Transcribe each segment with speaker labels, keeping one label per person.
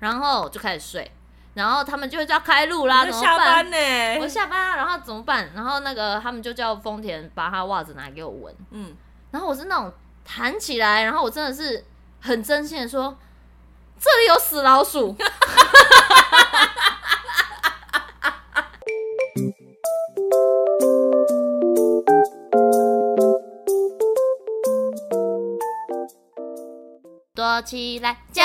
Speaker 1: 然后我就开始睡，然后他们就要开路啦，
Speaker 2: 我
Speaker 1: 怎么
Speaker 2: 下
Speaker 1: 办
Speaker 2: 班？哦呢，
Speaker 1: 我下班啊，然后怎么办？然后那个他们就叫丰田把他袜子拿给我闻，
Speaker 2: 嗯，
Speaker 1: 然后我是那种弹起来，然后我真的是很真心的说，这里有死老鼠。 躲起来讲，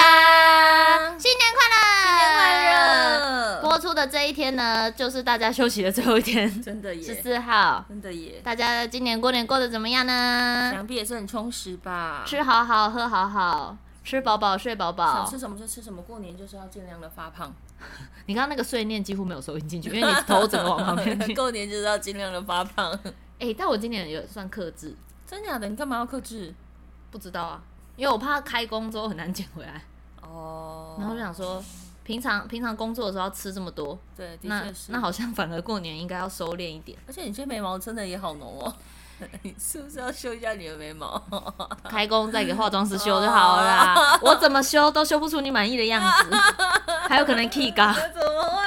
Speaker 1: 新年快乐！
Speaker 2: 乐，
Speaker 1: 播出的这一天呢，就是大家休息的最后一天，
Speaker 2: 真的
Speaker 1: 十
Speaker 2: 耶，
Speaker 1: 四号。
Speaker 2: 真的耶，
Speaker 1: 大家今年过年过得怎么样呢？
Speaker 2: 想必也是很充实吧。
Speaker 1: 吃好好，喝好好，吃饱饱，睡饱
Speaker 2: 想
Speaker 1: 饱
Speaker 2: 吃。什么就吃什么，过年就是要尽量的发 胖，
Speaker 1: 你刚刚那个碎念几乎没有收音进去，因为你头整个往旁边去。
Speaker 2: 过年就是要尽量的发胖，
Speaker 1: 哎、但我今年也算克制，
Speaker 2: 真假的？你干嘛要克制？
Speaker 1: 不知道啊，因为我怕开工之后很难捡回来。
Speaker 2: 哦，
Speaker 1: 然后就想说，平常平常工作的时候要吃这么多，
Speaker 2: 对，的
Speaker 1: 那
Speaker 2: 确是。
Speaker 1: 那，好像反而过年应该要收敛 一点，
Speaker 2: 而且你这眉毛真的也好浓 哦，你是不是要修一下你的眉毛？
Speaker 1: 开工再给化妆师修就好了 啦。我怎么修都修不出你满意的样子， 还有可能 K 嘎。
Speaker 2: 怎么 会？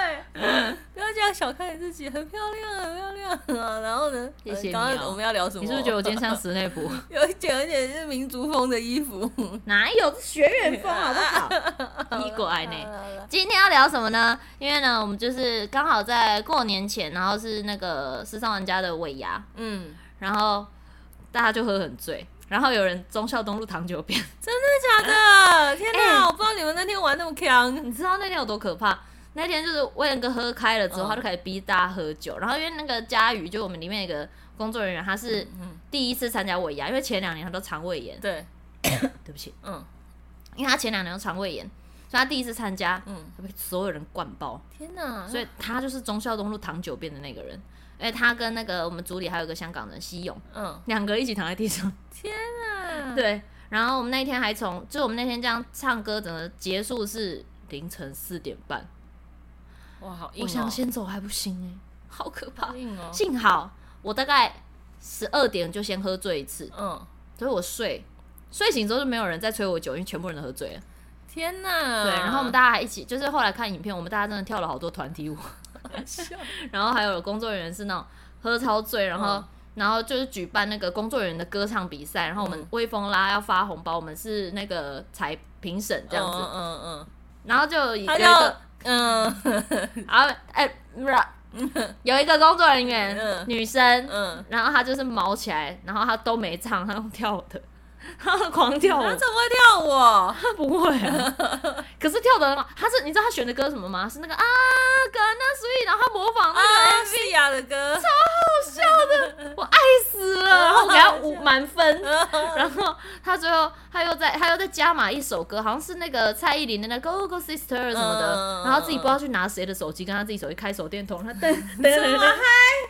Speaker 2: 不要这样小看你自己，很漂亮，很漂亮 啊！然后呢？
Speaker 1: 谢谢你哦
Speaker 2: 刚刚我们要聊什么？
Speaker 1: 你是不是觉得我今天像史内普？
Speaker 2: 有一点，而且是民族风的衣服？
Speaker 1: 哪有学院风好不好？ 一过来
Speaker 2: 好
Speaker 1: 呢。
Speaker 2: 啦好啦
Speaker 1: 今天要聊什么呢？因为呢，我们就是刚好在过年前，然后是那个时尚玩家的尾牙，
Speaker 2: 嗯，
Speaker 1: 然后大家就喝很醉，然后有人忠孝东路糖酒店，
Speaker 2: 真的假的？啊天哪！
Speaker 1: 哎
Speaker 2: 我不知道你们那天玩那么强。
Speaker 1: 你知道那天有多可怕？那天就是威廉哥喝开了之后，
Speaker 2: 嗯
Speaker 1: 他就开始逼大家喝酒，然后因为那个佳宇，就我们里面一个工作人员，他是
Speaker 2: 嗯，
Speaker 1: 第一次参加尾牙，因为前两年他都肠胃炎，
Speaker 2: 对，
Speaker 1: 对不起，
Speaker 2: 嗯
Speaker 1: 因为他前两年都肠胃炎，所以他第一次参加，
Speaker 2: 嗯，
Speaker 1: 他被所有人灌爆。
Speaker 2: 天哪！
Speaker 1: 所以他就是忠孝东路躺九遍的那个人。哎，他跟那个我们组里还有一个香港人西勇，
Speaker 2: 嗯，
Speaker 1: 两个一起躺在地上。
Speaker 2: 天哪！
Speaker 1: 对，然后我们那一天还从，就我们那天这样唱歌，整个结束是凌晨四点半。
Speaker 2: 哇，好硬哦，
Speaker 1: 我想先走还不行哎、好可怕
Speaker 2: 好。硬哦。
Speaker 1: 幸好我大概十二点就先喝醉一次，
Speaker 2: 嗯，
Speaker 1: 所以我睡睡醒之后就没有人再催我酒，因为全部人都喝醉了。
Speaker 2: 天哪！
Speaker 1: 对，然后我们大家还一起，就是后来看影片，我们大家真的跳了好多团体舞。
Speaker 2: 笑
Speaker 1: 然后还有工作人员是那种喝超醉，然后、
Speaker 2: 嗯
Speaker 1: 然后就是举办那个工作人员的歌唱比赛，然后我们
Speaker 2: 嗯
Speaker 1: 威风啦要发红包，我们是那个裁评审这样子，
Speaker 2: 嗯嗯
Speaker 1: 然后就有一
Speaker 2: 嗯，他叫
Speaker 1: 个
Speaker 2: 嗯
Speaker 1: 啊哎、不是啊有一个工作人员、
Speaker 2: 嗯
Speaker 1: 女生，
Speaker 2: 嗯，
Speaker 1: 然后她就是毛起来，然后她都没唱，她用跳的。她狂跳舞
Speaker 2: 他，怎么会跳舞 哦？
Speaker 1: 她 不会啊。可是跳的很好，她是你知道她选的歌什么吗？是那个啊，格那所以，然后她模仿那个
Speaker 2: 啊，是雅的歌，
Speaker 1: 我爱死了，然后我给他五满分，然后他最后他又再他又再加码一首歌，好像是那个蔡依林的那个 Go Go Sister 什么的，
Speaker 2: 嗯
Speaker 1: 然后自己不知道去拿谁的手机，跟他自己手机开手电筒，他噔噔
Speaker 2: 这
Speaker 1: 噔
Speaker 2: 么
Speaker 1: 噔，
Speaker 2: 嗨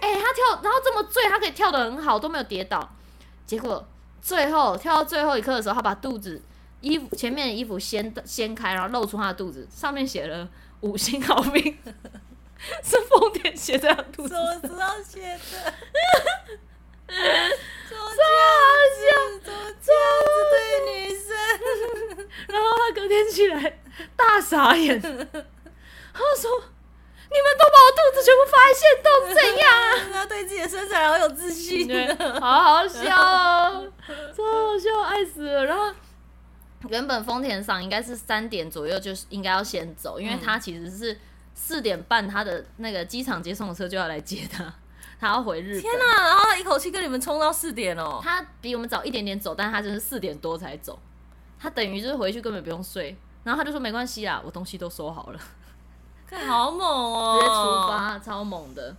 Speaker 1: 哎，他跳，然后这么醉，他可以跳得很好，都没有跌倒，结果最后跳到最后一刻的时候，他把肚子衣服前面的衣服掀掀开，然后露出他的肚子，上面写了五星好评。是丰田写在他肚子
Speaker 2: 怎
Speaker 1: 上，
Speaker 2: 么知道写 的？怎么
Speaker 1: 超好笑。
Speaker 2: 这样怎么这样子对女生？
Speaker 1: 然后他隔天起来大傻眼，他说：“你们都把我肚子全部发现都怎样啊
Speaker 2: 他对自己的身材好有自？” 信
Speaker 1: 对
Speaker 2: 啊！
Speaker 1: 好好笑哦，超好笑，爱死了。然后原本丰田赏应该是三点左右，就是应该要先走，因为他其实是四点半，他的那个机场接送的车就要来接他，他要回日本。
Speaker 2: 天哪！然后一口气跟你们冲到四点哦，
Speaker 1: 他比我们早一点点走，但他就是四点多才走，他等于就是回去根本不用睡。然后他就说没关系啦，我东西都收好了。
Speaker 2: 看好猛哦！
Speaker 1: 直接出，发，超猛的。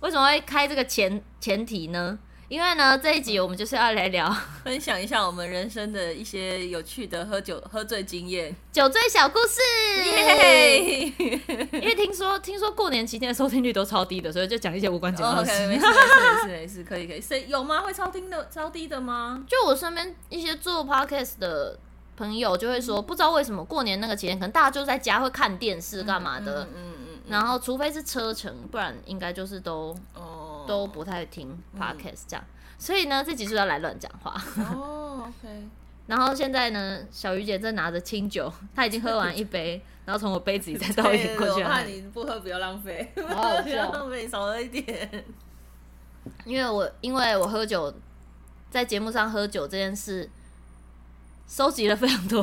Speaker 1: 为什么会开这个前前提呢？因为呢，这一集我们就是要来聊
Speaker 2: 分享一下我们人生的一些有趣的喝酒喝醉经验。
Speaker 1: 酒醉小故事。
Speaker 2: 耶！
Speaker 1: 因为听说听说过年期间的收听率都超低的，所以就讲一些无关紧要
Speaker 2: o
Speaker 1: 的哦事。
Speaker 2: k 没事没事没事没事，可以可以。谁有吗？会超低的超低的 吗？
Speaker 1: 就我身边一些做 podcast 的朋友就会说，不知道为什么过年那个期间，可能大家就在家会看电视干嘛的，
Speaker 2: 嗯嗯嗯，
Speaker 1: 然后除非是车程，不然应该就是都
Speaker 2: 哦，
Speaker 1: 都嗯不太听 podcast 这样。所以呢，这集就要来乱讲话。
Speaker 2: 哦，OK，
Speaker 1: 然后现在呢，小鱼姐正拿着清酒， 她已经喝完一 杯，然后从我杯子里再倒一点过去
Speaker 2: 哎对我怕
Speaker 1: 让你。
Speaker 2: 你不喝不要浪费，
Speaker 1: 好好笑
Speaker 2: 不要浪费，少喝一点。
Speaker 1: 因为我因为我喝酒，在节目上喝酒这件事，收集了非常 多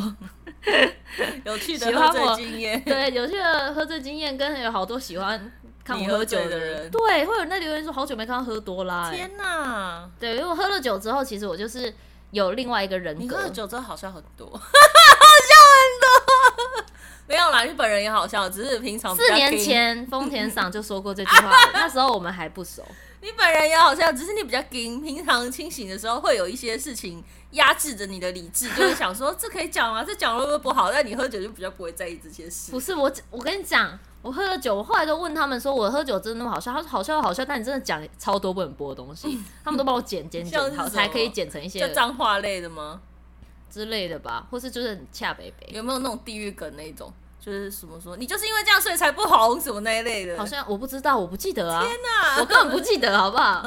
Speaker 2: 有趣的
Speaker 1: 喜欢
Speaker 2: 喝
Speaker 1: 我
Speaker 2: 醉经验，
Speaker 1: 对有趣的喝醉经验，跟有好多喜欢看我
Speaker 2: 你喝
Speaker 1: 酒
Speaker 2: 醉的
Speaker 1: 人。
Speaker 2: 人
Speaker 1: 对，会有人在留言说好久没看到喝多啦、欸。
Speaker 2: 天哪！
Speaker 1: 对，因为我喝了酒之后，其实我就是有另外一个人格。
Speaker 2: 你喝了酒之后好笑很多， 好笑很多。没有啦，你本人也好笑，只是平常比
Speaker 1: 四
Speaker 2: 较
Speaker 1: 年
Speaker 2: king
Speaker 1: 前，丰 田赏就说过这句话了，那时候我们还不熟。
Speaker 2: 你本人也好笑，只是你比较硬。平常清醒的时候会有一些事情压制着你的理智， 就是想说这可以讲啊吗？这讲了会不会不好？但你喝酒就比较不会在意这些事
Speaker 1: 不。是我，我跟你讲，我喝了酒，我后来都问他们说，我喝酒真的那么好笑？他说好笑好笑，但你真的讲超多不能播的东西，他们都帮我剪剪
Speaker 2: 嗯 像
Speaker 1: 剪
Speaker 2: 是
Speaker 1: 好，
Speaker 2: 什
Speaker 1: 才
Speaker 2: 么
Speaker 1: 可以剪成一
Speaker 2: 就
Speaker 1: 些
Speaker 2: 脏话类的吗？
Speaker 1: 之类的吧，或是就是很恰北北。
Speaker 2: 有没有那种地狱梗那一种？就是什么说你就是因为这样所以才不红什么那一类的？
Speaker 1: 好像我不知道，我不记得啊，
Speaker 2: 那
Speaker 1: 我根本不记得，好不 好？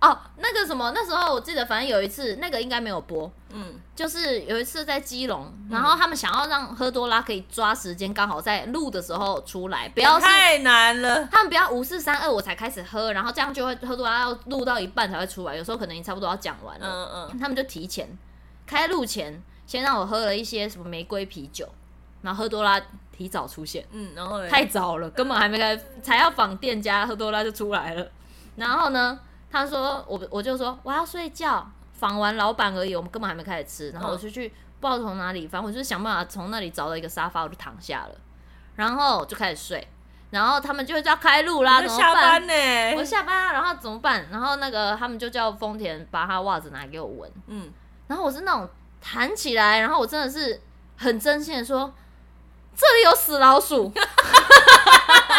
Speaker 1: 哦，那个什么，那时候我记得，反正有一次，那个应该没有播，
Speaker 2: 嗯，
Speaker 1: 就是有一次在基隆，然后他们想要让喝多拉可以抓时间，刚好在录的时候出来，不要是
Speaker 2: 太难了。
Speaker 1: 他们不要五四三二我才开始喝，然后这样就会喝多拉要录到一半才会出来，有时候可能你差不多要讲完了，
Speaker 2: 嗯嗯，
Speaker 1: 他们就提前开录前先让我喝了一些什么玫瑰啤酒，然后喝多拉提早出现，
Speaker 2: 嗯，然后嘞
Speaker 1: 太早了，根本还没开，才要访店家，喝多拉就出来了。然后呢，他说我我就说我要睡觉，访完老板而已，我们根本还没开始吃。然后我就去不知道从哪里，反正我就想办法从那里找到一个沙发，我就躺下了，然后我就开始睡。然后他们就要开路啦，
Speaker 2: 你
Speaker 1: 怎么
Speaker 2: 就下
Speaker 1: 办？
Speaker 2: 班呢。
Speaker 1: 我下班啊，然后怎么办？然后那个他们就叫丰田把他袜子拿给我闻，
Speaker 2: 嗯，
Speaker 1: 然后我是那种弹起来，然后我真的是很真心的说，这里有死老鼠。我 跟你讲，丰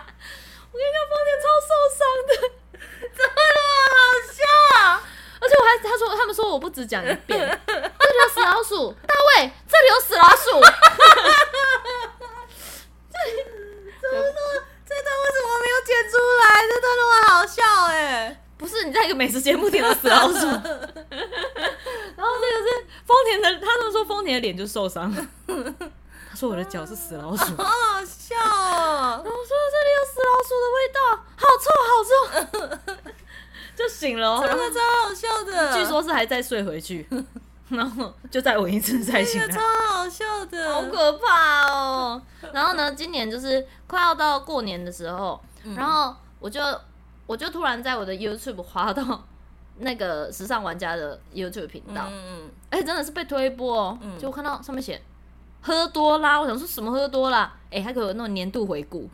Speaker 1: 田超受伤的，啊怎么那么好笑？而且我还他说他们说我不止讲一遍，这里有死老鼠，大卫，这里有死老鼠。
Speaker 2: 这段为什么没有剪出来？这段那么好笑哎、
Speaker 1: 不是你在一个美食节目点到死老鼠， 然后这个是丰田的，他们说丰田的脸就受伤了，他说我的脚是死老鼠，然后
Speaker 2: 好好笑哦！
Speaker 1: 我说这里有死老鼠的味道，好臭好臭， 就醒了哦，
Speaker 2: 真
Speaker 1: 然后
Speaker 2: 的超好笑的，
Speaker 1: 据说是还再睡回去， 然后就再闻一次再
Speaker 2: 这
Speaker 1: 醒
Speaker 2: 个
Speaker 1: 来
Speaker 2: 超。好笑的，
Speaker 1: 好可怕哦！然后呢，今年就是快要到过年的时候，
Speaker 2: 嗯
Speaker 1: 然后我就我就突然在我的 YouTube 滑到那个时尚玩家的 YouTube 频道，
Speaker 2: 嗯
Speaker 1: 哎、真的是被推播哦。
Speaker 2: 嗯
Speaker 1: 就我看到上面写喝多啦，我想说什么喝多啦？哎、还给我弄年度回顾，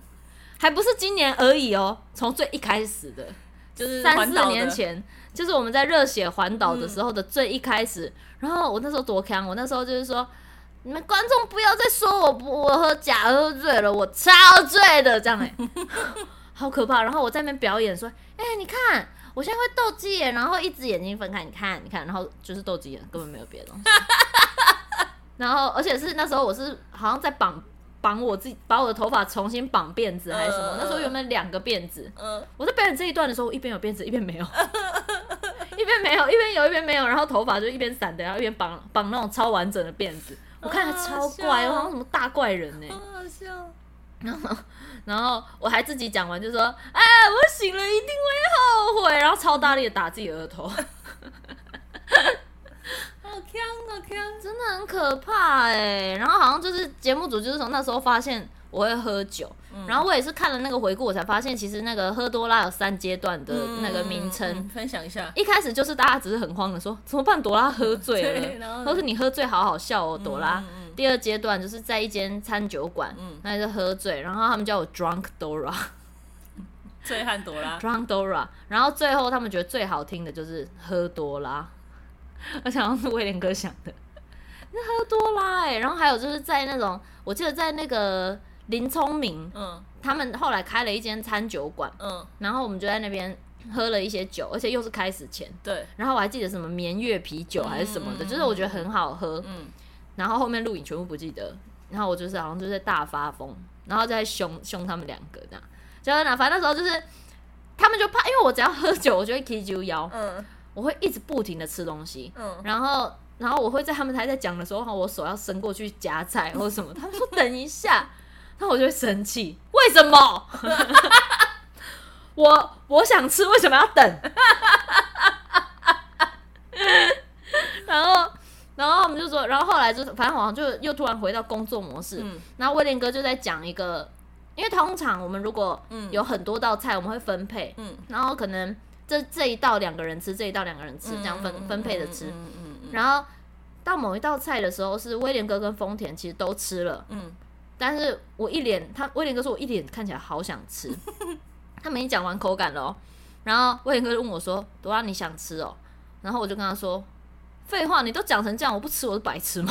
Speaker 1: 还不是今年而已哦，从最一开始的。
Speaker 2: 嗯，就是
Speaker 1: 三
Speaker 2: 环
Speaker 1: 四
Speaker 2: 岛的嗯
Speaker 1: 年，前，就是我们在热血环岛的时候的最一开始。然后我那时候多坑，我那时候就是说，你们观众不要再说我不我喝假喝醉了，我超醉的这样哎、 好可怕。然后我在那边表演说，哎、你看。我现在会斗鸡眼，然后一只眼睛分开，你看，你看，然后就是斗鸡眼，根本没有别的东西。 然后，而且是那时候我是好像在绑绑我自己，把我的头发重新绑辫子还是什么
Speaker 2: 嗯嗯嗯
Speaker 1: 那时候原本两个辫子，
Speaker 2: 嗯，
Speaker 1: 我在表演这一段的时候，我一边有辫子，一边没有，一边没有，一边有，一边没有，然后头发就一边散的，然后一边绑绑那种超完整的辫子，我看起来超怪，
Speaker 2: 啊
Speaker 1: 我好像什么大怪人呢、
Speaker 2: 嗯好好笑，
Speaker 1: 然后我还自己讲完就说：“哎，我醒了一定会后悔。”然后超大力的打自己的额 头，
Speaker 2: 好强，好强，
Speaker 1: 真的很可怕哎、然后好像就是节目组就是从那时候发现我会喝酒，
Speaker 2: 嗯
Speaker 1: 然后我也是看了那个回顾，我才发现其实那个喝多拉有三阶段的呃那个名称。
Speaker 2: 嗯嗯嗯分享一下，
Speaker 1: 一开始就是大家只是很慌的说怎么办，朵拉喝醉
Speaker 2: 对然后
Speaker 1: 了，
Speaker 2: 呢
Speaker 1: 或是你喝醉好好笑哦，朵拉。
Speaker 2: 嗯
Speaker 1: 第二阶段就是在一间餐酒馆，
Speaker 2: 嗯
Speaker 1: 那就喝醉，然后他们叫我 drunk Dora，drunk
Speaker 2: 醉汉朵拉，
Speaker 1: Dora，然后最后他们觉得最好听的就是喝多啦，我想要是威廉哥想的，那喝多啦哎、然后还有就是在那种，我记得在那个林聪明，
Speaker 2: 嗯
Speaker 1: 他们后来开了一间餐酒馆，
Speaker 2: 嗯，
Speaker 1: 然后我们就在那边喝了一些酒，而且又是开始前，
Speaker 2: 对，
Speaker 1: 然后我还记得什么绵月啤酒还是什么的，
Speaker 2: 嗯
Speaker 1: 就是我觉得很好喝。
Speaker 2: 嗯，
Speaker 1: 然后后面录影全部不记得，然后我就是好像就是在大发疯，然后在凶凶他们两个这样。就是呢，反正那时候就是他们就怕，因为我只要喝酒，我就会 K 九腰，
Speaker 2: 嗯，
Speaker 1: 我会一直不停的吃东西，
Speaker 2: 嗯，
Speaker 1: 然后然后我会在他们还在讲的时候，我手要伸过去夹菜或什么，他们说等一下，那我就会生气，为什么？ 我我想吃，为什么要等？ 然后然后我们就说，然后后来就反正好像就又突然回到工作模式，
Speaker 2: 嗯
Speaker 1: 然后威廉哥就在讲一个，因为通常我们如果
Speaker 2: 嗯
Speaker 1: 有很多道菜，我们会分配，
Speaker 2: 嗯，
Speaker 1: 然后可能这这一道两个人吃，这一道两个人吃，这样分分配着吃。
Speaker 2: 嗯嗯嗯，
Speaker 1: 然后到某一道菜的时候，是威廉哥跟丰田其实都吃了，
Speaker 2: 嗯
Speaker 1: 但是我一脸他威廉哥说我一脸看起来好想 吃，他们已经讲完口感了、哦，然后威廉哥就问我说：“朵拉你想吃哦？”然后我就跟他说：“废话，你都讲成这样，我不吃我是白痴吗？”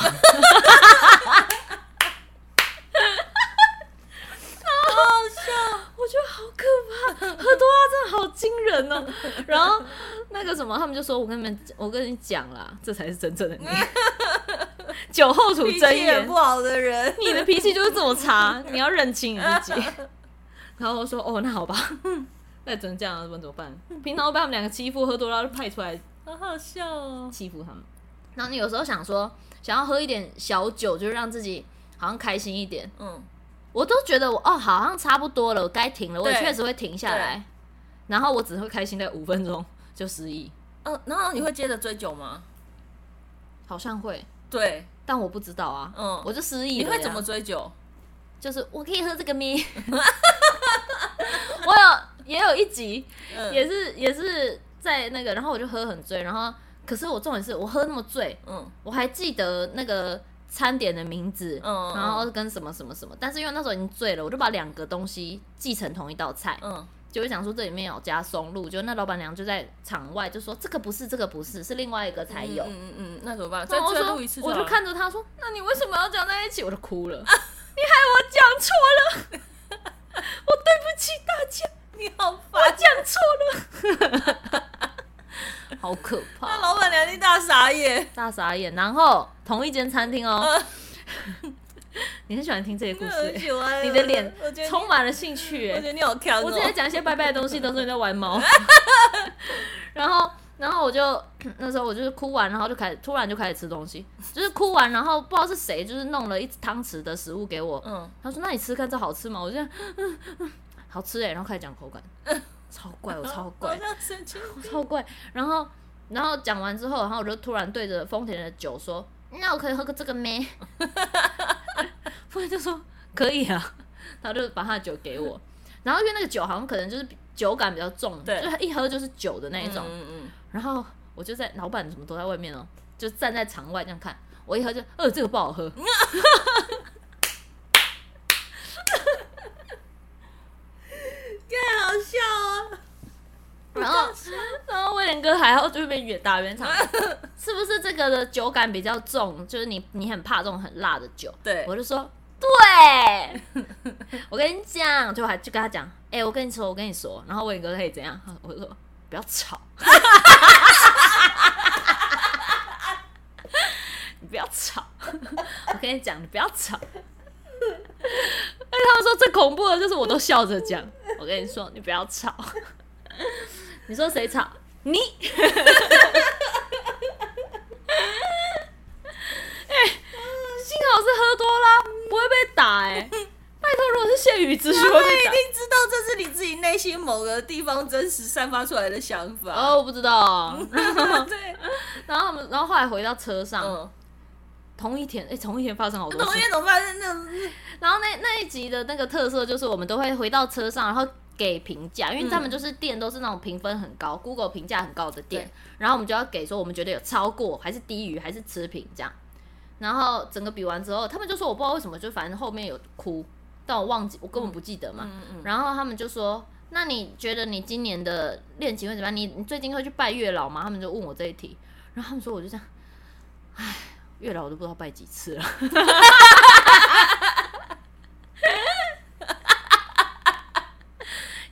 Speaker 1: 我觉得好可怕，喝多拉真的好惊人哦。然后那个什么，他们就说：“我跟你们，我跟你讲啦，这才是真正的你。”酒后吐
Speaker 2: 脾气
Speaker 1: 真言
Speaker 2: 很不，好的人，
Speaker 1: 你的脾气就是这么差， 你要认清你自 己。然后我说哦，那好吧， 那只能这样了，不然怎么办？
Speaker 2: 嗯
Speaker 1: 平常都被他们两个欺负，喝多了就派出来
Speaker 2: 好好笑哦。
Speaker 1: 欺负他们。然后你有时候想说，想要喝一点小酒，就让自己好像开心一点。
Speaker 2: 嗯，
Speaker 1: 我都觉得我哦，好像差不多了，我该停了，我也
Speaker 2: 对
Speaker 1: 确实会停下来。然后我只会开心在五分钟就失忆，
Speaker 2: 嗯，然后你会接着追酒吗？
Speaker 1: 好像会，
Speaker 2: 对，
Speaker 1: 但我不知道啊，
Speaker 2: 嗯
Speaker 1: 我就失忆
Speaker 2: 你
Speaker 1: 了呀。
Speaker 2: 会怎么追酒？
Speaker 1: 就是我可以喝这个咪。 我有也有一集
Speaker 2: 嗯
Speaker 1: 也是也是在那个，然后我就喝很醉，然后可是我重点是我喝那么醉，
Speaker 2: 嗯
Speaker 1: 我还记得那个餐点的名字，
Speaker 2: 嗯
Speaker 1: 然后跟什么什么什么，但是因为那时候已经醉了，我就把两个东西记成同一道菜，
Speaker 2: 嗯
Speaker 1: 就会想说这里面有加松露，就那老板娘就在场外就说这个不是这个不是，是另外一个才有。
Speaker 2: 嗯嗯嗯，那怎么办？再
Speaker 1: 然后我
Speaker 2: 追
Speaker 1: 说
Speaker 2: 录一次，
Speaker 1: 我
Speaker 2: 好
Speaker 1: 就
Speaker 2: 了，
Speaker 1: 看着他说：“那你为什么要讲在一起？”我就哭 了。你害我讲错了，我对不起大家，
Speaker 2: 你好
Speaker 1: 我
Speaker 2: 烦。
Speaker 1: 讲错 了，好可
Speaker 2: 那
Speaker 1: 怕，
Speaker 2: 啊老板娘一定大傻眼，
Speaker 1: 大傻眼。然后同一间餐厅哦， 你很喜欢听这些 故
Speaker 2: 嗯我
Speaker 1: 事、欸
Speaker 2: 很喜欢
Speaker 1: 你的脸
Speaker 2: 我觉得你
Speaker 1: 充满了兴趣、
Speaker 2: 我
Speaker 1: 欸
Speaker 2: 觉。得你好强
Speaker 1: 我
Speaker 2: 哦
Speaker 1: 之。前讲一些拜拜的东西，都是你在玩猫。 然后，然后我就那时候我就是哭完，然后就开始突然就开始吃东西，就是哭完，然后不知道是谁就是弄了一汤匙的食物给我，
Speaker 2: 嗯，
Speaker 1: 他说：“那你吃看这好吃吗？”我就这样 嗯嗯好吃哎、然后开始讲口感，超怪，我超怪
Speaker 2: 好，像神经病。
Speaker 1: 超怪。然后，然后讲完之后，然后我就突然对着丰田的酒说：“那我可以喝个这个咩？” 丰田就说：“可以啊。”然后就把他的酒给我。然后因为那个酒好像可能就是比酒感比较重，
Speaker 2: 对
Speaker 1: 就是一喝就是酒的那一种。
Speaker 2: 嗯嗯
Speaker 1: 然后我就在老板什么都在外面哦，就站在场外这样看。我一喝就，呃，这个不好喝。
Speaker 2: 嗯，太好笑啊！
Speaker 1: 然后，然后威廉哥还要就被远打圆场， 是不是这个的酒感比较重？就是你你很怕这种很辣的酒，
Speaker 2: 对
Speaker 1: 我就说对，我跟你讲，就还就跟他讲，哎、我跟你说，我跟你说，然后威廉哥可以怎样？我就说不要吵， 你不要吵， 我跟你讲，你不要吵。而且他们说最恐怖的就是我都笑着 讲，我跟你说，你不要吵。 你说谁吵？你。 哎、幸好是喝多啦，不会被打 哎、拜托，如果是谢宇之说
Speaker 2: 我
Speaker 1: 被
Speaker 2: 一
Speaker 1: 打，
Speaker 2: 定知道这是你自己内心某个地方真实散发出来的想法。
Speaker 1: 哦，我不知道啊。
Speaker 2: 对，
Speaker 1: 然后他们，然后后来回到车上，
Speaker 2: 嗯，
Speaker 1: 同一天，哎、同一天发生好多
Speaker 2: 同
Speaker 1: 事
Speaker 2: 一。天怎么办？那那
Speaker 1: 然后那那一集的那个特色就是，我们都会回到车上，然后给评价，因为他们就是店都是那种评分很高、g o o g l e 评价很高的店
Speaker 2: 对，
Speaker 1: 然后我们就要给说我们觉得有超过，还是低于，还是持平这样。然后整个比完之后，他们就说我不知道为什么，就反正后面有哭，但我忘记，我根本不记得嘛。
Speaker 2: 嗯嗯
Speaker 1: 然后他们就说：“那你觉得你今年的恋情会怎么样？你你最近会去拜月老吗？”他们就问我这一题，然后他们说我就这样，唉，月老我都不知道拜几次了。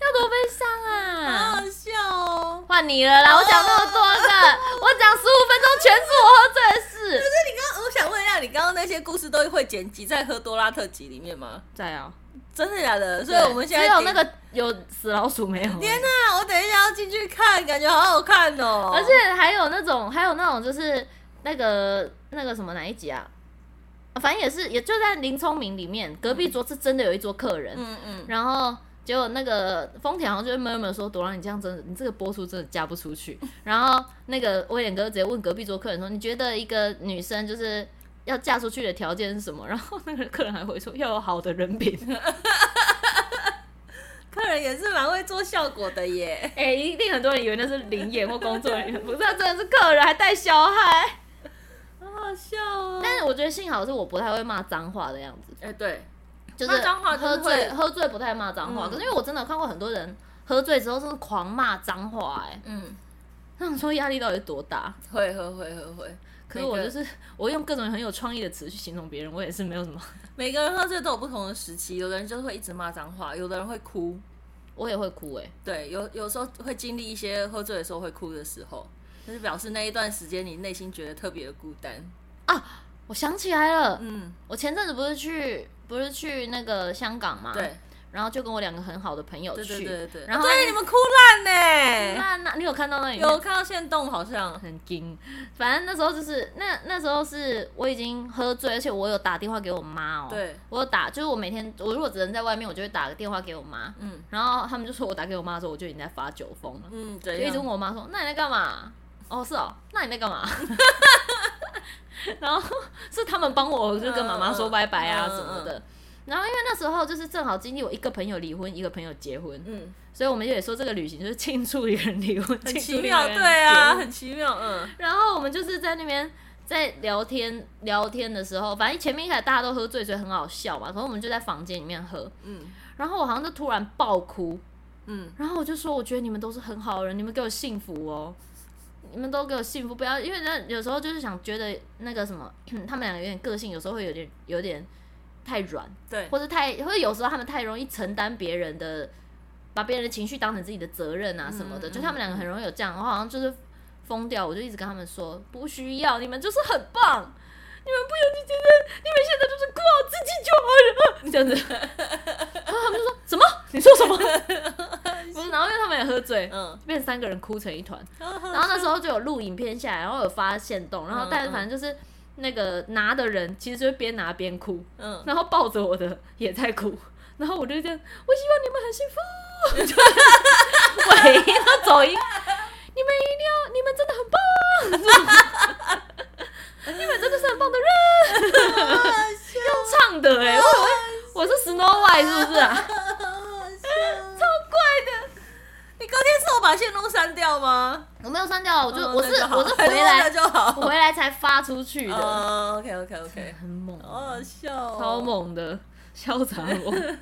Speaker 1: 要多悲伤
Speaker 2: 嗯，好
Speaker 1: 啊！
Speaker 2: 好笑哦。
Speaker 1: 换你了啦！我讲那么多个，我讲十五分钟全是我喝醉的事。
Speaker 2: 那你刚刚我想问一下，你刚刚那那些故事都会剪辑在《喝多拉特集》里面吗？
Speaker 1: 在啊，
Speaker 2: 真的假的？所以我们现在
Speaker 1: 只有
Speaker 2: 点
Speaker 1: 那个有死老鼠没有而已？
Speaker 2: 天哪！我等一下要进去看，感觉好好看哦。
Speaker 1: 而且还有那种，还有那种就是那个那个什么哪一集啊？啊反正也是，也就在林聪明里面，隔壁桌是真的有一桌客人，
Speaker 2: 嗯嗯，
Speaker 1: 然后结果那个丰田好像就闷闷说：“朵拉，你这样真的，你这个播出真的嫁不出去。”然后那个威廉哥直接问隔壁桌客人说：“你觉得一个女生就是要嫁出去的条件是什么？”然后那个客人还回说：“要有好的人 品。。
Speaker 2: 客人也是蛮会做效果的耶
Speaker 1: 哎、一定很多人以为那是灵眼或工作人员，不是，他真的是客人，还带小孩。
Speaker 2: 好好笑哦！
Speaker 1: 但是我觉得幸好是我不太会骂脏话的样子，
Speaker 2: 哎、对，
Speaker 1: 就是
Speaker 2: 骂脏话就是
Speaker 1: 喝醉
Speaker 2: 会
Speaker 1: 喝醉不太骂脏话。
Speaker 2: 嗯
Speaker 1: 可是因为我真的有看过很多人喝醉之后是狂骂脏话、哎，
Speaker 2: 嗯，
Speaker 1: 那想说压力到底是多大？
Speaker 2: 会会会会会。
Speaker 1: 可是我就是我用各种很有创意的词去形容别人，我也是没有什么，
Speaker 2: 每个人喝醉都有不同的时期，有的人就是会一直骂脏话，有的人会哭，
Speaker 1: 我也会哭哎、
Speaker 2: 对，有有时候会经历一些喝醉的时候会哭的时候，就是表示那一段时间你内心觉得特别的孤单。
Speaker 1: 我想起来了，
Speaker 2: 嗯，
Speaker 1: 我前阵子不是去不是去那个香港嘛，，
Speaker 2: 对，
Speaker 1: 然后就跟我两个很好的朋友
Speaker 2: 对
Speaker 1: 去，
Speaker 2: 对对对，
Speaker 1: 然后
Speaker 2: 啊对
Speaker 1: 他
Speaker 2: 你
Speaker 1: 们
Speaker 2: 们哭烂呢、
Speaker 1: 那那你有看到那里面
Speaker 2: 有看到线动好像，
Speaker 1: 很惊，反正那时候就是那那时候是我已经喝醉，而且我有打电话给我妈哦、
Speaker 2: 对，
Speaker 1: 我有打，就是我每天我如果只能在外面，我就会打个电话给我妈，
Speaker 2: 嗯
Speaker 1: 然后他们就说我打给我妈的时候，我就已经在发酒疯了，
Speaker 2: 嗯，
Speaker 1: 就
Speaker 2: 对，
Speaker 1: 一直问我妈说，那你在干嘛？哦，是哦，那你在干嘛？ 然后是他们帮我，就跟妈妈说拜拜啊
Speaker 2: 嗯嗯嗯
Speaker 1: 什么的。然后因为那时候就是正好经历我一个朋友离婚，一个朋友结婚，
Speaker 2: 嗯，
Speaker 1: 所以我们也说这个旅行就是庆祝一个人离婚，
Speaker 2: 很
Speaker 1: 庆祝
Speaker 2: 奇
Speaker 1: 一个
Speaker 2: 妙，
Speaker 1: 人
Speaker 2: 对
Speaker 1: 结
Speaker 2: 啊，
Speaker 1: 婚
Speaker 2: 很奇妙，嗯，
Speaker 1: 然后我们就是在那边在聊天聊天的时候，反正前面一开始大家都喝醉，所以很好笑嘛。然后我们就在房间里面喝，
Speaker 2: 嗯
Speaker 1: 然后我好像就突然爆哭，
Speaker 2: 嗯，
Speaker 1: 然后我就说，我觉得你们都是很好的人，你们给我幸福哦，你们都给我幸福，不要因为那有时候就是想觉得那个什么，他们两个有点个性，有时候会有点有点太软，
Speaker 2: 对，
Speaker 1: 或者太，或者有时候他们太容易承担别人的，把别人的情绪当成自己的责任啊什么的，
Speaker 2: 嗯
Speaker 1: 就他们两个很容易有这样，我好像就是疯掉，我就一直跟他们说不需要，你们就是很棒，你们不用去觉得你们现在就是顾好自己就好了，这 样子，然后他们就说什么？你说什么？ 不是，然后因为他们也喝醉，
Speaker 2: 嗯，
Speaker 1: 变三个人哭成一团，然
Speaker 2: 然
Speaker 1: 后那时候就有录影片下来，然后有发现动，然后
Speaker 2: 嗯
Speaker 1: 但
Speaker 2: 嗯
Speaker 1: 反正就是那个拿的人其实就边拿边哭，
Speaker 2: 嗯，
Speaker 1: 然后抱着我的也在哭，然后我就这样，我希望你们很幸福， 我一定要走音，你们一定要，你们真的很棒，你们真的是很棒的人，用唱的哎、欸，我我是 Snow White 是不是啊？
Speaker 2: 超怪的。你隔天是我把线动删掉吗？哦
Speaker 1: 我没有删掉，我哦就、我是
Speaker 2: 那就好
Speaker 1: 我是回来
Speaker 2: 那就好。
Speaker 1: 我回来才发出去的，
Speaker 2: 哦，OK OK OK，
Speaker 1: 很猛，
Speaker 2: 好好笑哦，
Speaker 1: 超猛的，潇洒我，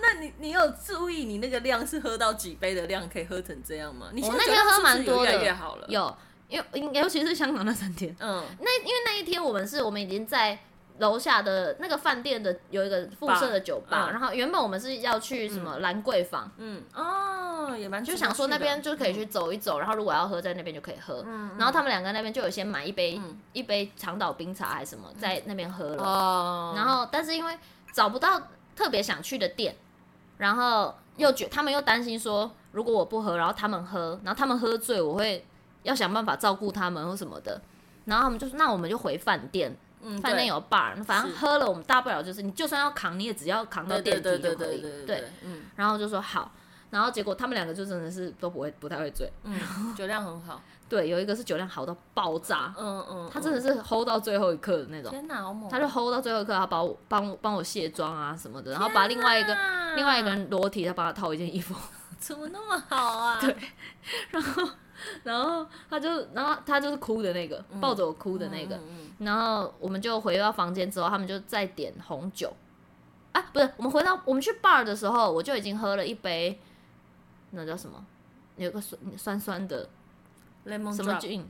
Speaker 2: 那你你有注意你那个量是喝到几杯的量可以喝成这样吗？你
Speaker 1: 我
Speaker 2: 现
Speaker 1: 那
Speaker 2: 在觉
Speaker 1: 天
Speaker 2: 得
Speaker 1: 喝
Speaker 2: 是不
Speaker 1: 蛮
Speaker 2: 是
Speaker 1: 多
Speaker 2: 有越
Speaker 1: 的，
Speaker 2: 来越好了，
Speaker 1: 有，因为因尤其是香港那三天。
Speaker 2: 嗯
Speaker 1: 那因为那一天我们是我们已经在楼下的那个饭店的有一个附设的酒吧，
Speaker 2: 嗯
Speaker 1: 然后原本我们是要去什么兰桂坊，
Speaker 2: 嗯哦，也蛮
Speaker 1: 就想说那边
Speaker 2: 就
Speaker 1: 就可以去走一走，然后如果要喝在那边就可以喝。
Speaker 2: 嗯
Speaker 1: 然后他们两个那边就有先买一杯、
Speaker 2: 嗯
Speaker 1: 一杯长岛冰茶还是什么，在那边喝了。
Speaker 2: 哦，
Speaker 1: 然后但是因为找不到特别想去的店，然后又觉他们又担心说，如果我不喝，然后他们喝，然后他们喝醉，我会要想办法照顾他们或什么的。然后他们就说，那我们就回饭店，
Speaker 2: 嗯
Speaker 1: 饭店
Speaker 2: 对
Speaker 1: 有 bar，反正
Speaker 2: 是
Speaker 1: 喝了我们大不了就是你就算要扛，你也只要扛到
Speaker 2: 对
Speaker 1: 电
Speaker 2: 对
Speaker 1: 梯就
Speaker 2: 对
Speaker 1: 可
Speaker 2: 对
Speaker 1: 以
Speaker 2: 对。
Speaker 1: 对，，
Speaker 2: 嗯
Speaker 1: 然后就说好，然后结果他们两个就真的是都不会不太会醉，
Speaker 2: 嗯， 酒量很好，
Speaker 1: 对，有一个是酒量好到爆炸，
Speaker 2: 嗯嗯，
Speaker 1: 他真的
Speaker 2: 是
Speaker 1: 是 hold 到最后一刻的那种。
Speaker 2: 天哪，好猛！啊
Speaker 1: 他就 hold 到最后一刻，他帮我帮我帮我卸妆啊什么的，然后把另外一个另外一个人裸体，他帮他套一件衣服，
Speaker 2: 啊 怎么那么好啊？对，
Speaker 1: 然后他就然后他就是哭的那个，抱着我哭的那个，
Speaker 2: 嗯
Speaker 1: 然后我们就回到房间之后，他们就再点红酒，啊不是，我们回到我们去 bar 的时候，我就已经喝了一杯，那叫什么？有个酸酸酸的
Speaker 2: lemon
Speaker 1: 什么菌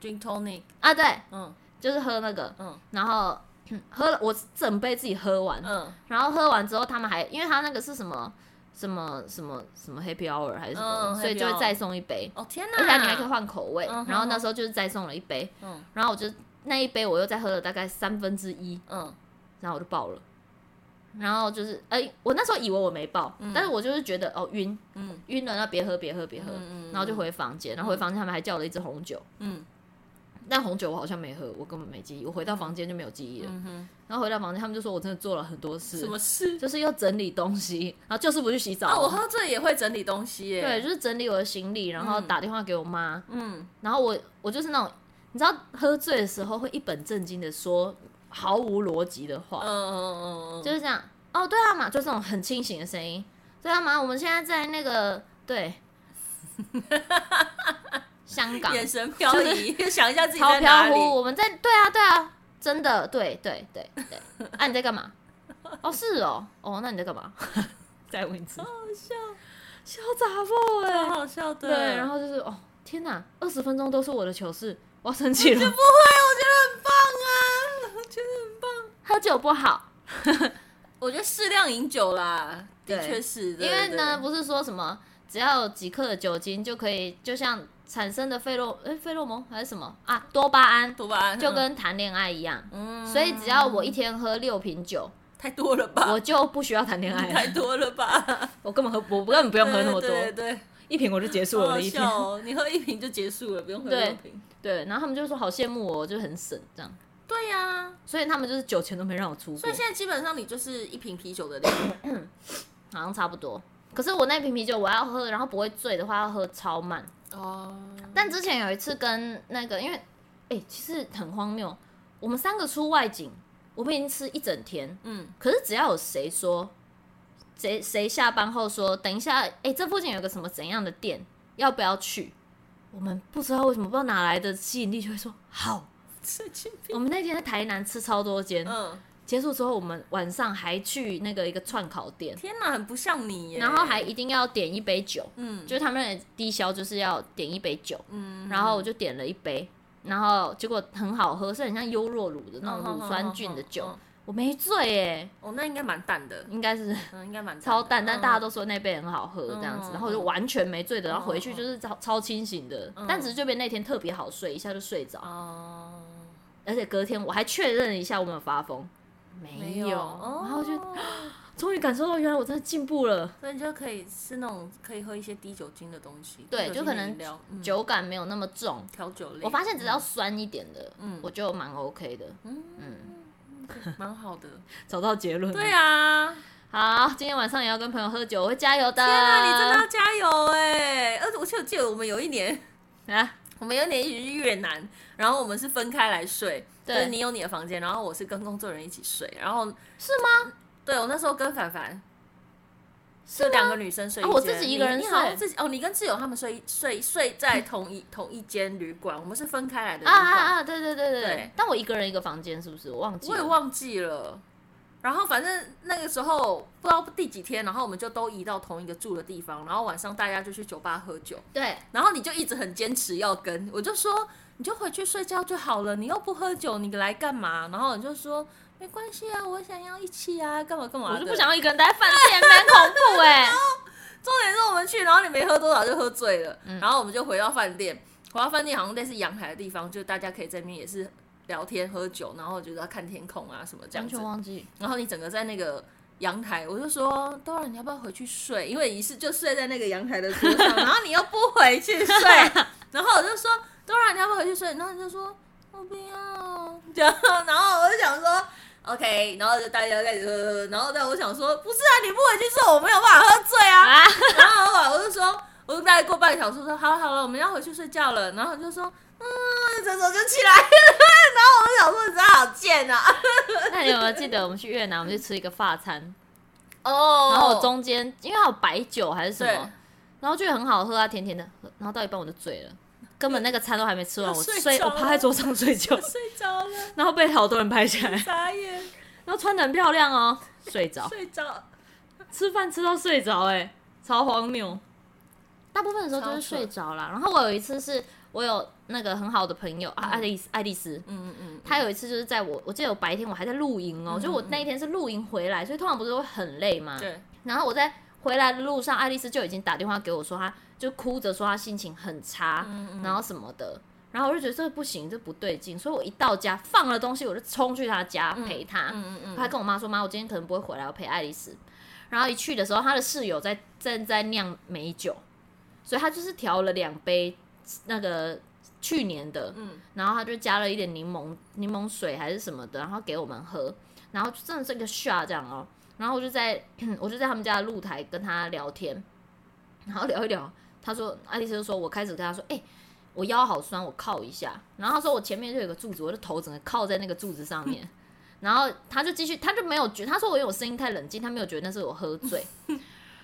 Speaker 2: gin tonic，
Speaker 1: 啊？对，
Speaker 2: 嗯
Speaker 1: 就是喝那个，
Speaker 2: 嗯
Speaker 1: 然后 喝了我整杯自己喝完，
Speaker 2: 嗯
Speaker 1: 然后喝完之后，他们还因为他那个是什么什么什么什么 Happy Hour 还是什么，
Speaker 2: 嗯
Speaker 1: 所以
Speaker 2: happy
Speaker 1: 就会
Speaker 2: hour
Speaker 1: 再送一杯，
Speaker 2: 哦天哪，
Speaker 1: 而且你还可以换口味。
Speaker 2: 嗯哼
Speaker 1: 然后那时候就是再送了一杯，
Speaker 2: 嗯
Speaker 1: 然后我就那一杯我又再喝了大概三分之一，
Speaker 2: 嗯，
Speaker 1: 然后我就爆了。然后就是，哎、我那时候以为我没爆，但是我就是觉得哦晕，
Speaker 2: 嗯
Speaker 1: 晕了，那别喝，别喝，别喝，
Speaker 2: 嗯嗯
Speaker 1: 然后就回房间，然后回房间他们还叫了一支红酒，
Speaker 2: 嗯
Speaker 1: 但红酒我好像没喝，我根本没记忆，我回到房间就没有记忆了。
Speaker 2: 嗯哼，
Speaker 1: 然后回到房间，他们就说我真的做了很多事，
Speaker 2: 什么事？
Speaker 1: 就是要整理东西，然后就是不去洗澡，
Speaker 2: 啊，我喝醉也会整理东西耶。
Speaker 1: 对，，就是整理我的行李，然后
Speaker 2: 嗯
Speaker 1: 打电话给我妈，
Speaker 2: 嗯，
Speaker 1: 然后我我就是那种，你知道喝醉的时候会一本正经的说毫无逻辑的话，
Speaker 2: 嗯嗯嗯嗯，
Speaker 1: 就是这样。哦，对啊嘛，就是那种很清醒的声音。对啊嘛，我们现在在那个 对，香港
Speaker 2: 眼神飘移， 想一下自己
Speaker 1: 超
Speaker 2: 在哪
Speaker 1: 飘
Speaker 2: 里。
Speaker 1: 忽，我们在对啊对啊，真的对对对对。啊，你在干嘛？哦，是哦，哦，那你在干嘛？ 哦再问一次，
Speaker 2: 好笑，
Speaker 1: 小杂货哎
Speaker 2: 好笑的。
Speaker 1: 对，然后就是哦，天哪，二十分钟都是我的糗事，我要生气
Speaker 2: 就
Speaker 1: 了
Speaker 2: 不。会，我觉得很棒啊，我觉得很棒。
Speaker 1: 喝酒不好，
Speaker 2: 我觉得适量饮酒啦，的
Speaker 1: 对
Speaker 2: 确是，
Speaker 1: 因
Speaker 2: 对
Speaker 1: 为呢，
Speaker 2: 对
Speaker 1: 不是说什么只要有几克的酒精就可以，就像产生的费洛哎费洛蒙还是什么啊多巴胺，
Speaker 2: 多巴胺
Speaker 1: 就跟谈恋爱一样。
Speaker 2: 嗯，
Speaker 1: 所以只要我一天喝六瓶酒，
Speaker 2: 太多了吧，
Speaker 1: 我就不需要谈恋爱
Speaker 2: 太
Speaker 1: 了。
Speaker 2: 多了吧，
Speaker 1: 我根本喝，我根本不用喝那么多，
Speaker 2: 对对对，
Speaker 1: 一瓶我就结束
Speaker 2: 对
Speaker 1: 了我
Speaker 2: 好好
Speaker 1: 的一天。
Speaker 2: 笑哦，你喝一瓶就结束了，不用喝
Speaker 1: 对
Speaker 2: 六瓶。
Speaker 1: 对，然后他们就说好羡慕我，我就很省这样。
Speaker 2: 对呀、
Speaker 1: 所以他们就是酒钱都没让我出过，
Speaker 2: 所以现在基本上你就是一瓶啤酒的量，
Speaker 1: 好像差不多。可是我那瓶啤酒我要喝，然后不会醉的话要喝超慢。
Speaker 2: 哦，
Speaker 1: 但之前有一次跟那个，因为哎、诶其实很荒谬，我们三个出外景，我们已经吃一整天，
Speaker 2: 嗯
Speaker 1: 可是只要有谁说，谁谁下班后说，等一下，哎、这附近有个什么怎样的店，要不要去？我们不知道为什么，不知道哪来的吸引力，就会说好。
Speaker 2: 神经病，
Speaker 1: 我们那天在台南吃超多间，
Speaker 2: 嗯，
Speaker 1: 结束之后，我们晚上还去那个一个串烤店，
Speaker 2: 天哪，很不像你耶，
Speaker 1: 然后还一定要点一杯酒，
Speaker 2: 嗯
Speaker 1: 就是他们的低消就是要点一杯酒，
Speaker 2: 嗯，
Speaker 1: 然后我就点了一杯，然后结果很好喝，是很像优若乳的那种乳酸菌的酒，
Speaker 2: 哦，哦
Speaker 1: 我没醉耶，
Speaker 2: 哦哦那应该蛮淡的，
Speaker 1: 应该是
Speaker 2: 嗯，应该蛮
Speaker 1: 超淡，
Speaker 2: 淡的，
Speaker 1: 但大家都说那杯很好喝这
Speaker 2: 嗯
Speaker 1: 样子，
Speaker 2: 嗯
Speaker 1: 然后我就完全没醉的，然后回去
Speaker 2: 嗯
Speaker 1: 就是超超清醒的，
Speaker 2: 嗯
Speaker 1: 但只是这边那天特别好睡，一下就睡着，
Speaker 2: 哦，
Speaker 1: 而且隔天我还确认了一下我没有发疯，没有，
Speaker 2: 哦
Speaker 1: 然后我就终于感受到原来我真的进步了。
Speaker 2: 所以你就可以吃那种可以喝一些低酒精的东西，
Speaker 1: 对
Speaker 2: 低酒
Speaker 1: 就
Speaker 2: 精
Speaker 1: 可
Speaker 2: 的
Speaker 1: 能
Speaker 2: 饮料、嗯
Speaker 1: 酒感没有那么重，
Speaker 2: 调酒类。
Speaker 1: 我发现只要酸一点的，
Speaker 2: 嗯
Speaker 1: 我就蛮 OK 的，嗯
Speaker 2: 蛮好 的，
Speaker 1: 找到结论。
Speaker 2: 对啊，
Speaker 1: 好，今天晚上也要跟朋友喝酒，我会加油的。
Speaker 2: 天啊，你真的要加油哎！而且我记得我记得我们有一年，
Speaker 1: 的啊？
Speaker 2: 我们有一年一起去越南，然后我们是分开来睡，就
Speaker 1: 对
Speaker 2: 是你有你的房间，然后我是跟工作人员一起睡，然后
Speaker 1: 是吗？
Speaker 2: 对我那时候跟凡凡。就两个女生睡一
Speaker 1: 啊
Speaker 2: 间、
Speaker 1: 我自己一个人
Speaker 2: 你你好像
Speaker 1: 睡
Speaker 2: 自己哦，你跟挚友他们睡睡睡在同一同一间旅馆，我们是分开来的旅
Speaker 1: 啊
Speaker 2: 馆。
Speaker 1: 啊啊！对对对对
Speaker 2: 对
Speaker 1: 但我一个人一个房间，是不是？我忘记
Speaker 2: 我也
Speaker 1: 了。
Speaker 2: 忘记了。然后反正那个时候不知道第几天，然后我们就都移到同一个住的地方，然后晚上大家就去酒吧喝酒，
Speaker 1: 对，
Speaker 2: 然后你就一直很坚持要跟，我就说你就回去睡觉就好了，你又不喝酒，你来干嘛？然后你就说没关系啊，我想要一起啊，干嘛干嘛的
Speaker 1: 我就不想。要一个人待在饭店， 蛮恐怖哎、
Speaker 2: 重点是我们去，然后你没喝多少就喝醉了，
Speaker 1: 嗯
Speaker 2: 然后我们就回到饭店，回到饭店好像类似阳台的地方，就大家可以在那边也是聊天喝酒，然后就是要看天空啊什么这样
Speaker 1: 完
Speaker 2: 子
Speaker 1: 全。忘记。
Speaker 2: 然后你整个在那个阳台，我就说，豆儿你要不要回去睡？因为你是就睡在那个阳台的桌 上，然后你又不回去睡，然后我就说，豆儿你要不要回去睡？然后你就说，我不要。这样，然后我就想说。OK，然后就大家开始喝，然后但我想说，不是啊，你不回去睡，我没有办法喝醉啊。
Speaker 1: 啊
Speaker 2: 然后后来我就说，我就大概过半个小时说，好了好了，我们要回去睡觉了。然后他就说，嗯，这时候就起来 了。然后我就想说，你真的好贱啊！
Speaker 1: 那你有没有记得我们去越南，我们去吃一个法餐，
Speaker 2: 哦
Speaker 1: 然后我中间因为还有白酒还是什
Speaker 2: 对
Speaker 1: 么，然后就很好喝啊，甜甜的，然后到一半我就醉了，根本那个餐都还没 吃完，我
Speaker 2: 我睡
Speaker 1: 睡
Speaker 2: 着
Speaker 1: 我
Speaker 2: 了
Speaker 1: 趴在桌上睡觉
Speaker 2: 我，睡着了，
Speaker 1: 然后被好多人拍起来，
Speaker 2: 眨眼
Speaker 1: 然后穿的很漂亮哦，睡着，
Speaker 2: 睡着。
Speaker 1: 吃饭吃到睡着，哎，超荒谬。大部分的时候就是
Speaker 2: 超扯
Speaker 1: 睡着啦，然后我有一次是我有那个很好的朋友啊，爱丽丝，爱丽丝，
Speaker 2: 嗯嗯
Speaker 1: 她有一次就是在我，我记得我白天我还在露营哦，就我那一天是露营回来，所以通常不是会很累嘛，
Speaker 2: 嗯，对，
Speaker 1: 然后我在回来的路上，
Speaker 2: 嗯
Speaker 1: 爱丽丝就已经打电话给我说，她就哭着说她心情很差，然后什么的。然后我就觉得这不行，这不对劲，所以我一到家放了东西，我就冲去他家陪他。
Speaker 2: 嗯嗯
Speaker 1: 他还跟我妈说：“妈，我今天可能不会回来，我陪爱丽丝。”然后一去的时候，他的室友在正在酿美酒，所以他就是调了两杯那个去年的，
Speaker 2: 嗯
Speaker 1: 然后他就加了一点柠檬柠檬水还是什么的，然后给我们喝，然后就真的是一个 shot 这样哦。然后我就在 我就在他们家的露台跟他聊天，然后聊一聊，他说爱丽丝就说，我开始跟他说，哎、我腰好酸，我靠一下。然后他说我前面就有个柱子，我的头整个靠在那个柱子上面。然后他就继续，他就没有觉他说我因为我声音太冷静，他没有觉得那是我喝醉。然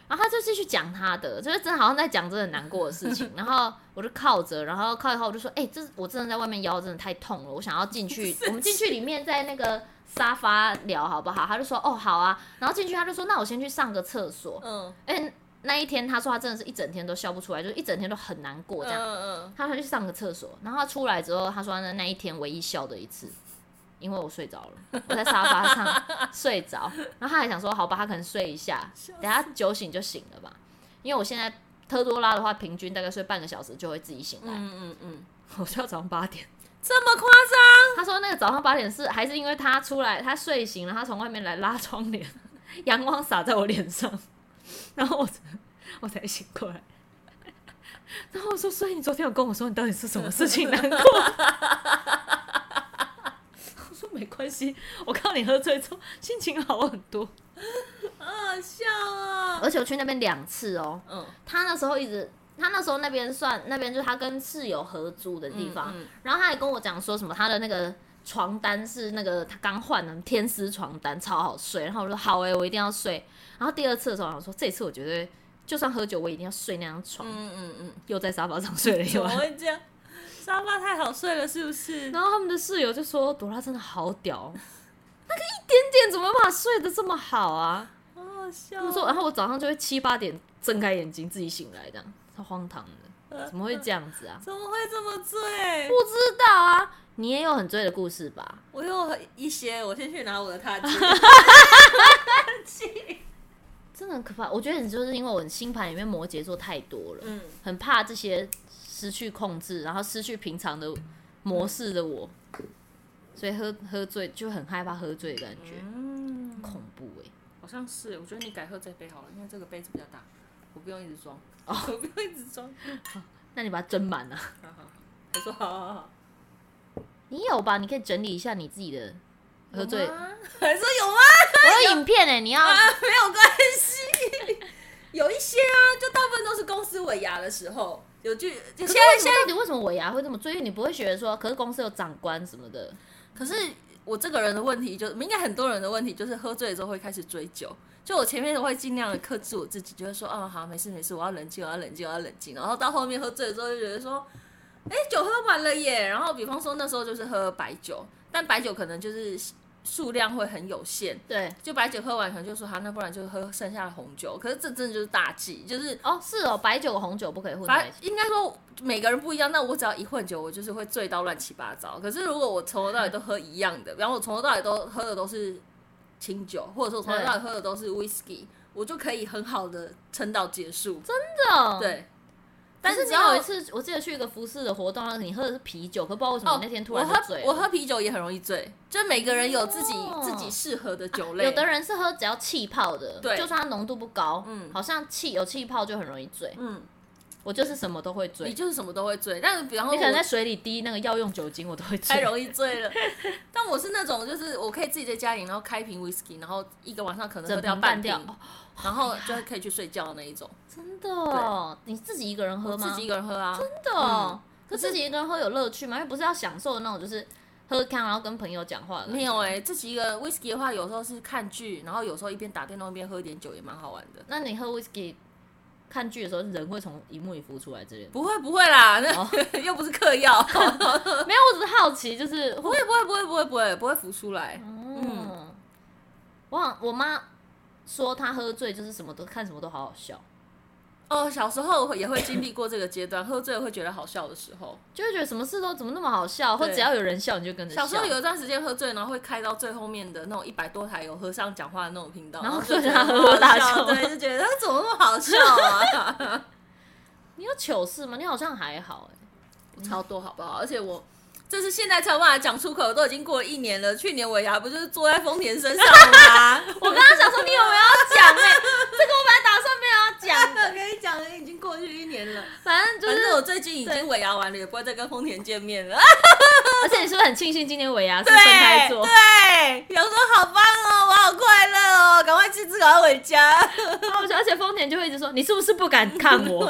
Speaker 1: 后他就继续讲他的，就是真的好像在讲真的难过的事情。然后我就靠着，然后靠一靠，我就说：“哎、这我真的在外面腰真的太痛了，我想要进去。我们进去里面在那个沙发聊好不好？”他就说：“哦，好啊。”然后进去他就说：“那我先去上个厕所。
Speaker 2: 嗯，”
Speaker 1: 哎，那一天他说他真的是一整天都笑不出来，就是一整天都很难过这样。
Speaker 2: 嗯嗯
Speaker 1: 他他去上个厕所，然后他出来之后，他说那那一天唯一笑的一次，因为我睡着了，我在沙发 上睡着，然后他还想说好吧，他可能睡一下，等下酒醒就醒了吧，因为我现在特多拉的话，平均大概睡半个小时就会自己醒来，
Speaker 2: 嗯嗯嗯，
Speaker 1: 我睡到早上八点。
Speaker 2: 这么夸张？
Speaker 1: 他说那个早上八点是还是因为他出来，他睡醒了，他从外面来拉窗帘， 阳光洒在我脸上， 然后我才我才醒过来。 然后我说，所以你昨天有跟我说你到底是什么事情难过？ 我说没关系，我看到你喝醉之后心情好很多。
Speaker 2: 好好笑啊！
Speaker 1: 而且我去那边两次哦，
Speaker 2: 嗯，
Speaker 1: 他那时候一直，他那时候那边算那边就是他跟室友合租的地方，
Speaker 2: 嗯嗯
Speaker 1: 然后他还跟我讲说什么他的那个床单是那个他刚换的天丝床单，超好睡。然后我说好诶、哎我一定要睡。然后第二次的时候，我想说这次我绝对就算喝酒，我一定要睡那张床，
Speaker 2: 嗯嗯嗯，
Speaker 1: 又在沙发上睡了一
Speaker 2: 怎么
Speaker 1: 晚。
Speaker 2: 会这样？沙发太好睡了，是不是？
Speaker 1: 然后他们的室友就说：“朵拉真的好屌哦，那个一点点怎么把睡得这么好啊？”
Speaker 2: 好好笑
Speaker 1: 他
Speaker 2: 哦。
Speaker 1: 们说，然后啊我早上就会七八点睁开眼睛自己醒来，这样超荒唐 的，怎么会这样子啊？
Speaker 2: 怎么会这么醉？
Speaker 1: 不知道啊，你也有很醉的故事吧？
Speaker 2: 我有一些，我先去拿我的踏 机。
Speaker 1: 真的很可怕。我觉得你就是因为我的星盘里面摩羯座太多了，
Speaker 2: 嗯，
Speaker 1: 很怕这些失去控制，然后失去平常的模式的我，所以喝喝醉就很害怕喝醉的感觉，
Speaker 2: 嗯，
Speaker 1: 恐怖哎、
Speaker 2: 好像是。我觉得你改喝这杯好了，因为这个杯子比较大，我不用一直装。哦， 我不用一直装。
Speaker 1: 那你把它斟满啊？
Speaker 2: 好好，他说好好好。
Speaker 1: 你有吧？你可以整理一下你自己的喝醉。
Speaker 2: 有吗？还说有吗？
Speaker 1: 我有影片哎、你要
Speaker 2: 啊，没有关系。 有一些啊，就大部分都是公司尾牙的时候有句，
Speaker 1: 可
Speaker 2: 就现
Speaker 1: 是
Speaker 2: 在
Speaker 1: 为
Speaker 2: 现
Speaker 1: 什
Speaker 2: 在，
Speaker 1: 么到底为什么尾牙会这么追？因为你不会觉得说，可是公司有长官什么的，
Speaker 2: 可是我这个人的问题就，应该很多人的问题就是喝醉之后会开始追酒。就我前面会尽量的克制我自己，就会说啊好没事没事，我要冷静我要冷静我要冷静。然后到后面喝醉之后就觉得说，哎、酒喝完了耶。然后比方说那时候就是喝白酒，但白酒可能就是数量会很有限，
Speaker 1: 对，
Speaker 2: 就白酒喝完可能就说好、那不然就喝剩下的红酒。可是这真的就是大忌，就是
Speaker 1: 哦，是哦，白酒和红酒不可以混在
Speaker 2: 反
Speaker 1: 一起。
Speaker 2: 正应该说每个人不一样，但我只要一混酒，我就是会醉到乱七八糟。可是如果我从头到尾都喝一样的，比方我从头到尾都喝的都是清酒，或者说我从头到尾喝的都是 whisky，我就可以很好的撑到结束。
Speaker 1: 真的哦，
Speaker 2: 对，
Speaker 1: 但
Speaker 2: 但
Speaker 1: 是
Speaker 2: 是
Speaker 1: 你
Speaker 2: 只
Speaker 1: 有
Speaker 2: 要
Speaker 1: 一次，我记得去一个服饰的活动，然后你喝的是啤酒，可不知道为什么
Speaker 2: 哦
Speaker 1: 你那天，突
Speaker 2: 我
Speaker 1: 然
Speaker 2: 喝
Speaker 1: 就醉了。
Speaker 2: 我喝啤酒也很容易醉，就每个人有自己、
Speaker 1: 哦
Speaker 2: 自己适合的酒类。
Speaker 1: 有的人是喝只要气泡的，
Speaker 2: 对
Speaker 1: 就算它浓度不高，
Speaker 2: 嗯
Speaker 1: 好像气有气泡就很容易醉。
Speaker 2: 嗯，
Speaker 1: 我就是什么都会醉，
Speaker 2: 你
Speaker 1: 你
Speaker 2: 就是什么都会醉，但是比方说
Speaker 1: 可能
Speaker 2: 我
Speaker 1: 在水里滴那个药用酒精，我都会醉。
Speaker 2: 太容易醉了。 但我是那种，就是我可以自己在家里，然后开一瓶 whisky，然后一个晚上可能喝
Speaker 1: 整
Speaker 2: 掉
Speaker 1: 瓶
Speaker 2: 半
Speaker 1: 半
Speaker 2: 瓶
Speaker 1: 掉，，哦
Speaker 2: 然后就可以去睡觉的那一种。
Speaker 1: 真的哦，你自己一个人喝
Speaker 2: 我
Speaker 1: 吗？
Speaker 2: 自己一个人喝啊，
Speaker 1: 真的哦，可自己一个人喝有乐趣吗？因为不是要享受那种就是喝康，然后跟朋友讲话的。
Speaker 2: 没有哎、自己一个人 whisky 的话，有时候是看剧，然后有时候一边打电动一边喝一点酒，也蛮好玩的。
Speaker 1: 那你喝 whisky 看剧的时候，人会从荧幕里浮出来之类的。
Speaker 2: 不会不会啦，那、
Speaker 1: 哦
Speaker 2: 又不是嗑药，
Speaker 1: 没有，我只是好奇，就是
Speaker 2: 不
Speaker 1: 会
Speaker 2: 会不会不会不会不会不会浮出来。
Speaker 1: 嗯，我好我妈说她喝醉就是什么都看什么都好好笑，
Speaker 2: 哦，小时候也会经历过这个阶段，喝醉了会觉得好笑的时候。
Speaker 1: 就会觉得什么事都怎么那么好笑，或
Speaker 2: 对
Speaker 1: 只要有人笑你就跟着笑。
Speaker 2: 小时候有一段时间喝醉，然后会开到最后面的那种一百多台有和尚讲话的那种频道，
Speaker 1: 然后
Speaker 2: 就觉
Speaker 1: 对
Speaker 2: 得
Speaker 1: 啊
Speaker 2: 很好
Speaker 1: 呵呵大
Speaker 2: 笑
Speaker 1: 笑
Speaker 2: 对，就觉得他怎么那么好笑啊？
Speaker 1: 你有糗事吗？你好像还好哎、
Speaker 2: 我超多好不好？而且我这是现在才有办法讲出口，都已经过了一年了。去年尾牙不就是坐在丰田身上吗？
Speaker 1: 我刚刚想说你有没有要 讲哎、这个我本来打算没有要讲，
Speaker 2: 我跟你讲，已经过去一年了。
Speaker 1: 反正就
Speaker 2: 反
Speaker 1: 是，
Speaker 2: 正我最近已经尾牙完了，也不会再跟丰田见面了。
Speaker 1: 而且你是不是很庆幸今年尾牙是分开
Speaker 2: 对
Speaker 1: 做？
Speaker 2: 对，有说好棒哦，我好快乐哦，赶快吃吃，赶快回家。
Speaker 1: 然后而且丰田就会一直说你是不是不敢看我，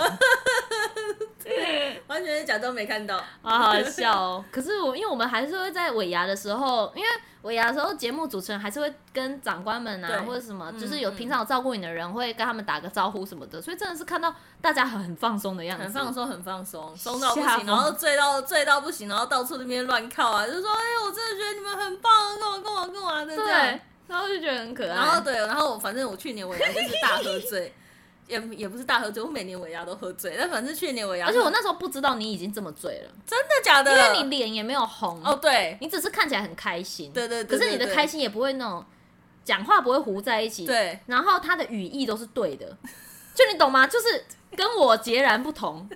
Speaker 2: 完全是假装没看到。
Speaker 1: 好好笑哦。 可是我因为我们还是会在尾牙的时候，因为尾牙的时候节目主持人还是会跟长官们
Speaker 2: 对
Speaker 1: 啊或者什么，
Speaker 2: 嗯
Speaker 1: 就是有
Speaker 2: 嗯
Speaker 1: 平常有照顾你的人会跟他们打个招呼什么的，所以真的是看到大家很放松的样子，
Speaker 2: 很放松，很放松，松到不
Speaker 1: 吓
Speaker 2: 行，
Speaker 1: 疯
Speaker 2: 然后醉到醉到不行，然后到处那边乱靠啊，就说哎、我真的觉得你们很棒，干嘛干嘛干嘛的这样
Speaker 1: 对。，然后就觉得很可爱。
Speaker 2: 然后对，然后我反正我去年尾牙就是大喝醉，也也不是大喝醉，我每年尾牙都喝醉，但反正去年尾牙，
Speaker 1: 而且我那时候不知道你已经这么醉了，
Speaker 2: 真的假的？
Speaker 1: 因为你脸也没有红，
Speaker 2: 啊哦对
Speaker 1: 你只是看起来很开心。
Speaker 2: 对对对
Speaker 1: 可是你的开心也不会那种，讲话不会糊在一起。。
Speaker 2: 对，
Speaker 1: 然后他的语义都是对的，就你懂吗？就是跟我截然不同，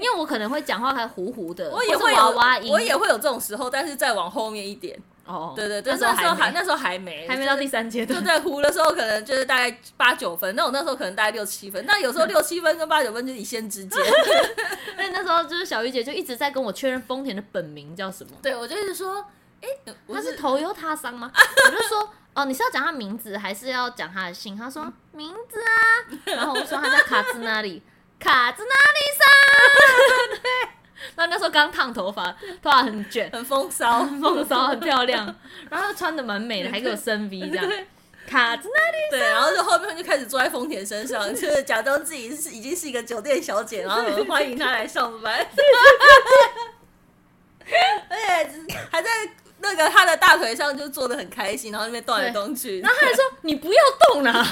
Speaker 1: 因为我可能会讲话还糊糊的，
Speaker 2: 我也
Speaker 1: 或
Speaker 2: 会
Speaker 1: 是
Speaker 2: 有
Speaker 1: 娃娃音，
Speaker 2: 我也会有这种时候，但是再往后面一点，
Speaker 1: 哦，
Speaker 2: 对对对，
Speaker 1: 那时候
Speaker 2: 那时候
Speaker 1: 还
Speaker 2: 还
Speaker 1: 没
Speaker 2: 那时候还没
Speaker 1: 还没
Speaker 2: 就
Speaker 1: 到第三阶
Speaker 2: 就
Speaker 1: 段。
Speaker 2: 在糊的时候，可能就是大概八九分，那我那时候可能大概六七分，但有时候六七分跟八九分就是一线之
Speaker 1: 所
Speaker 2: 间。
Speaker 1: 以那时候就是小鱼姐就一直在跟我确认丰田的本名叫什么，
Speaker 2: 对，我就一直说，哎、我
Speaker 1: 他是
Speaker 2: 是
Speaker 1: 头优他桑 吗？我就说，哦，你是要讲他名字还是要讲他的姓？他说名字啊， 然后我就说他叫卡兹那里，卡兹那里桑。对， 然后那时候刚烫头发，头发很卷，
Speaker 2: 很风骚，
Speaker 1: 风骚，很漂亮， 然后她穿的蛮美的，还给我升 V 这样。卡兹那里，
Speaker 2: 对，然后就后面就开始坐在丰田身上，就是假装自己是已经是一个酒店小姐，然后我们欢迎她来上班， 而且还在那个她的大腿上就坐的很开心，然后那边动来动去
Speaker 1: 然，后他还说你不要动啊啦，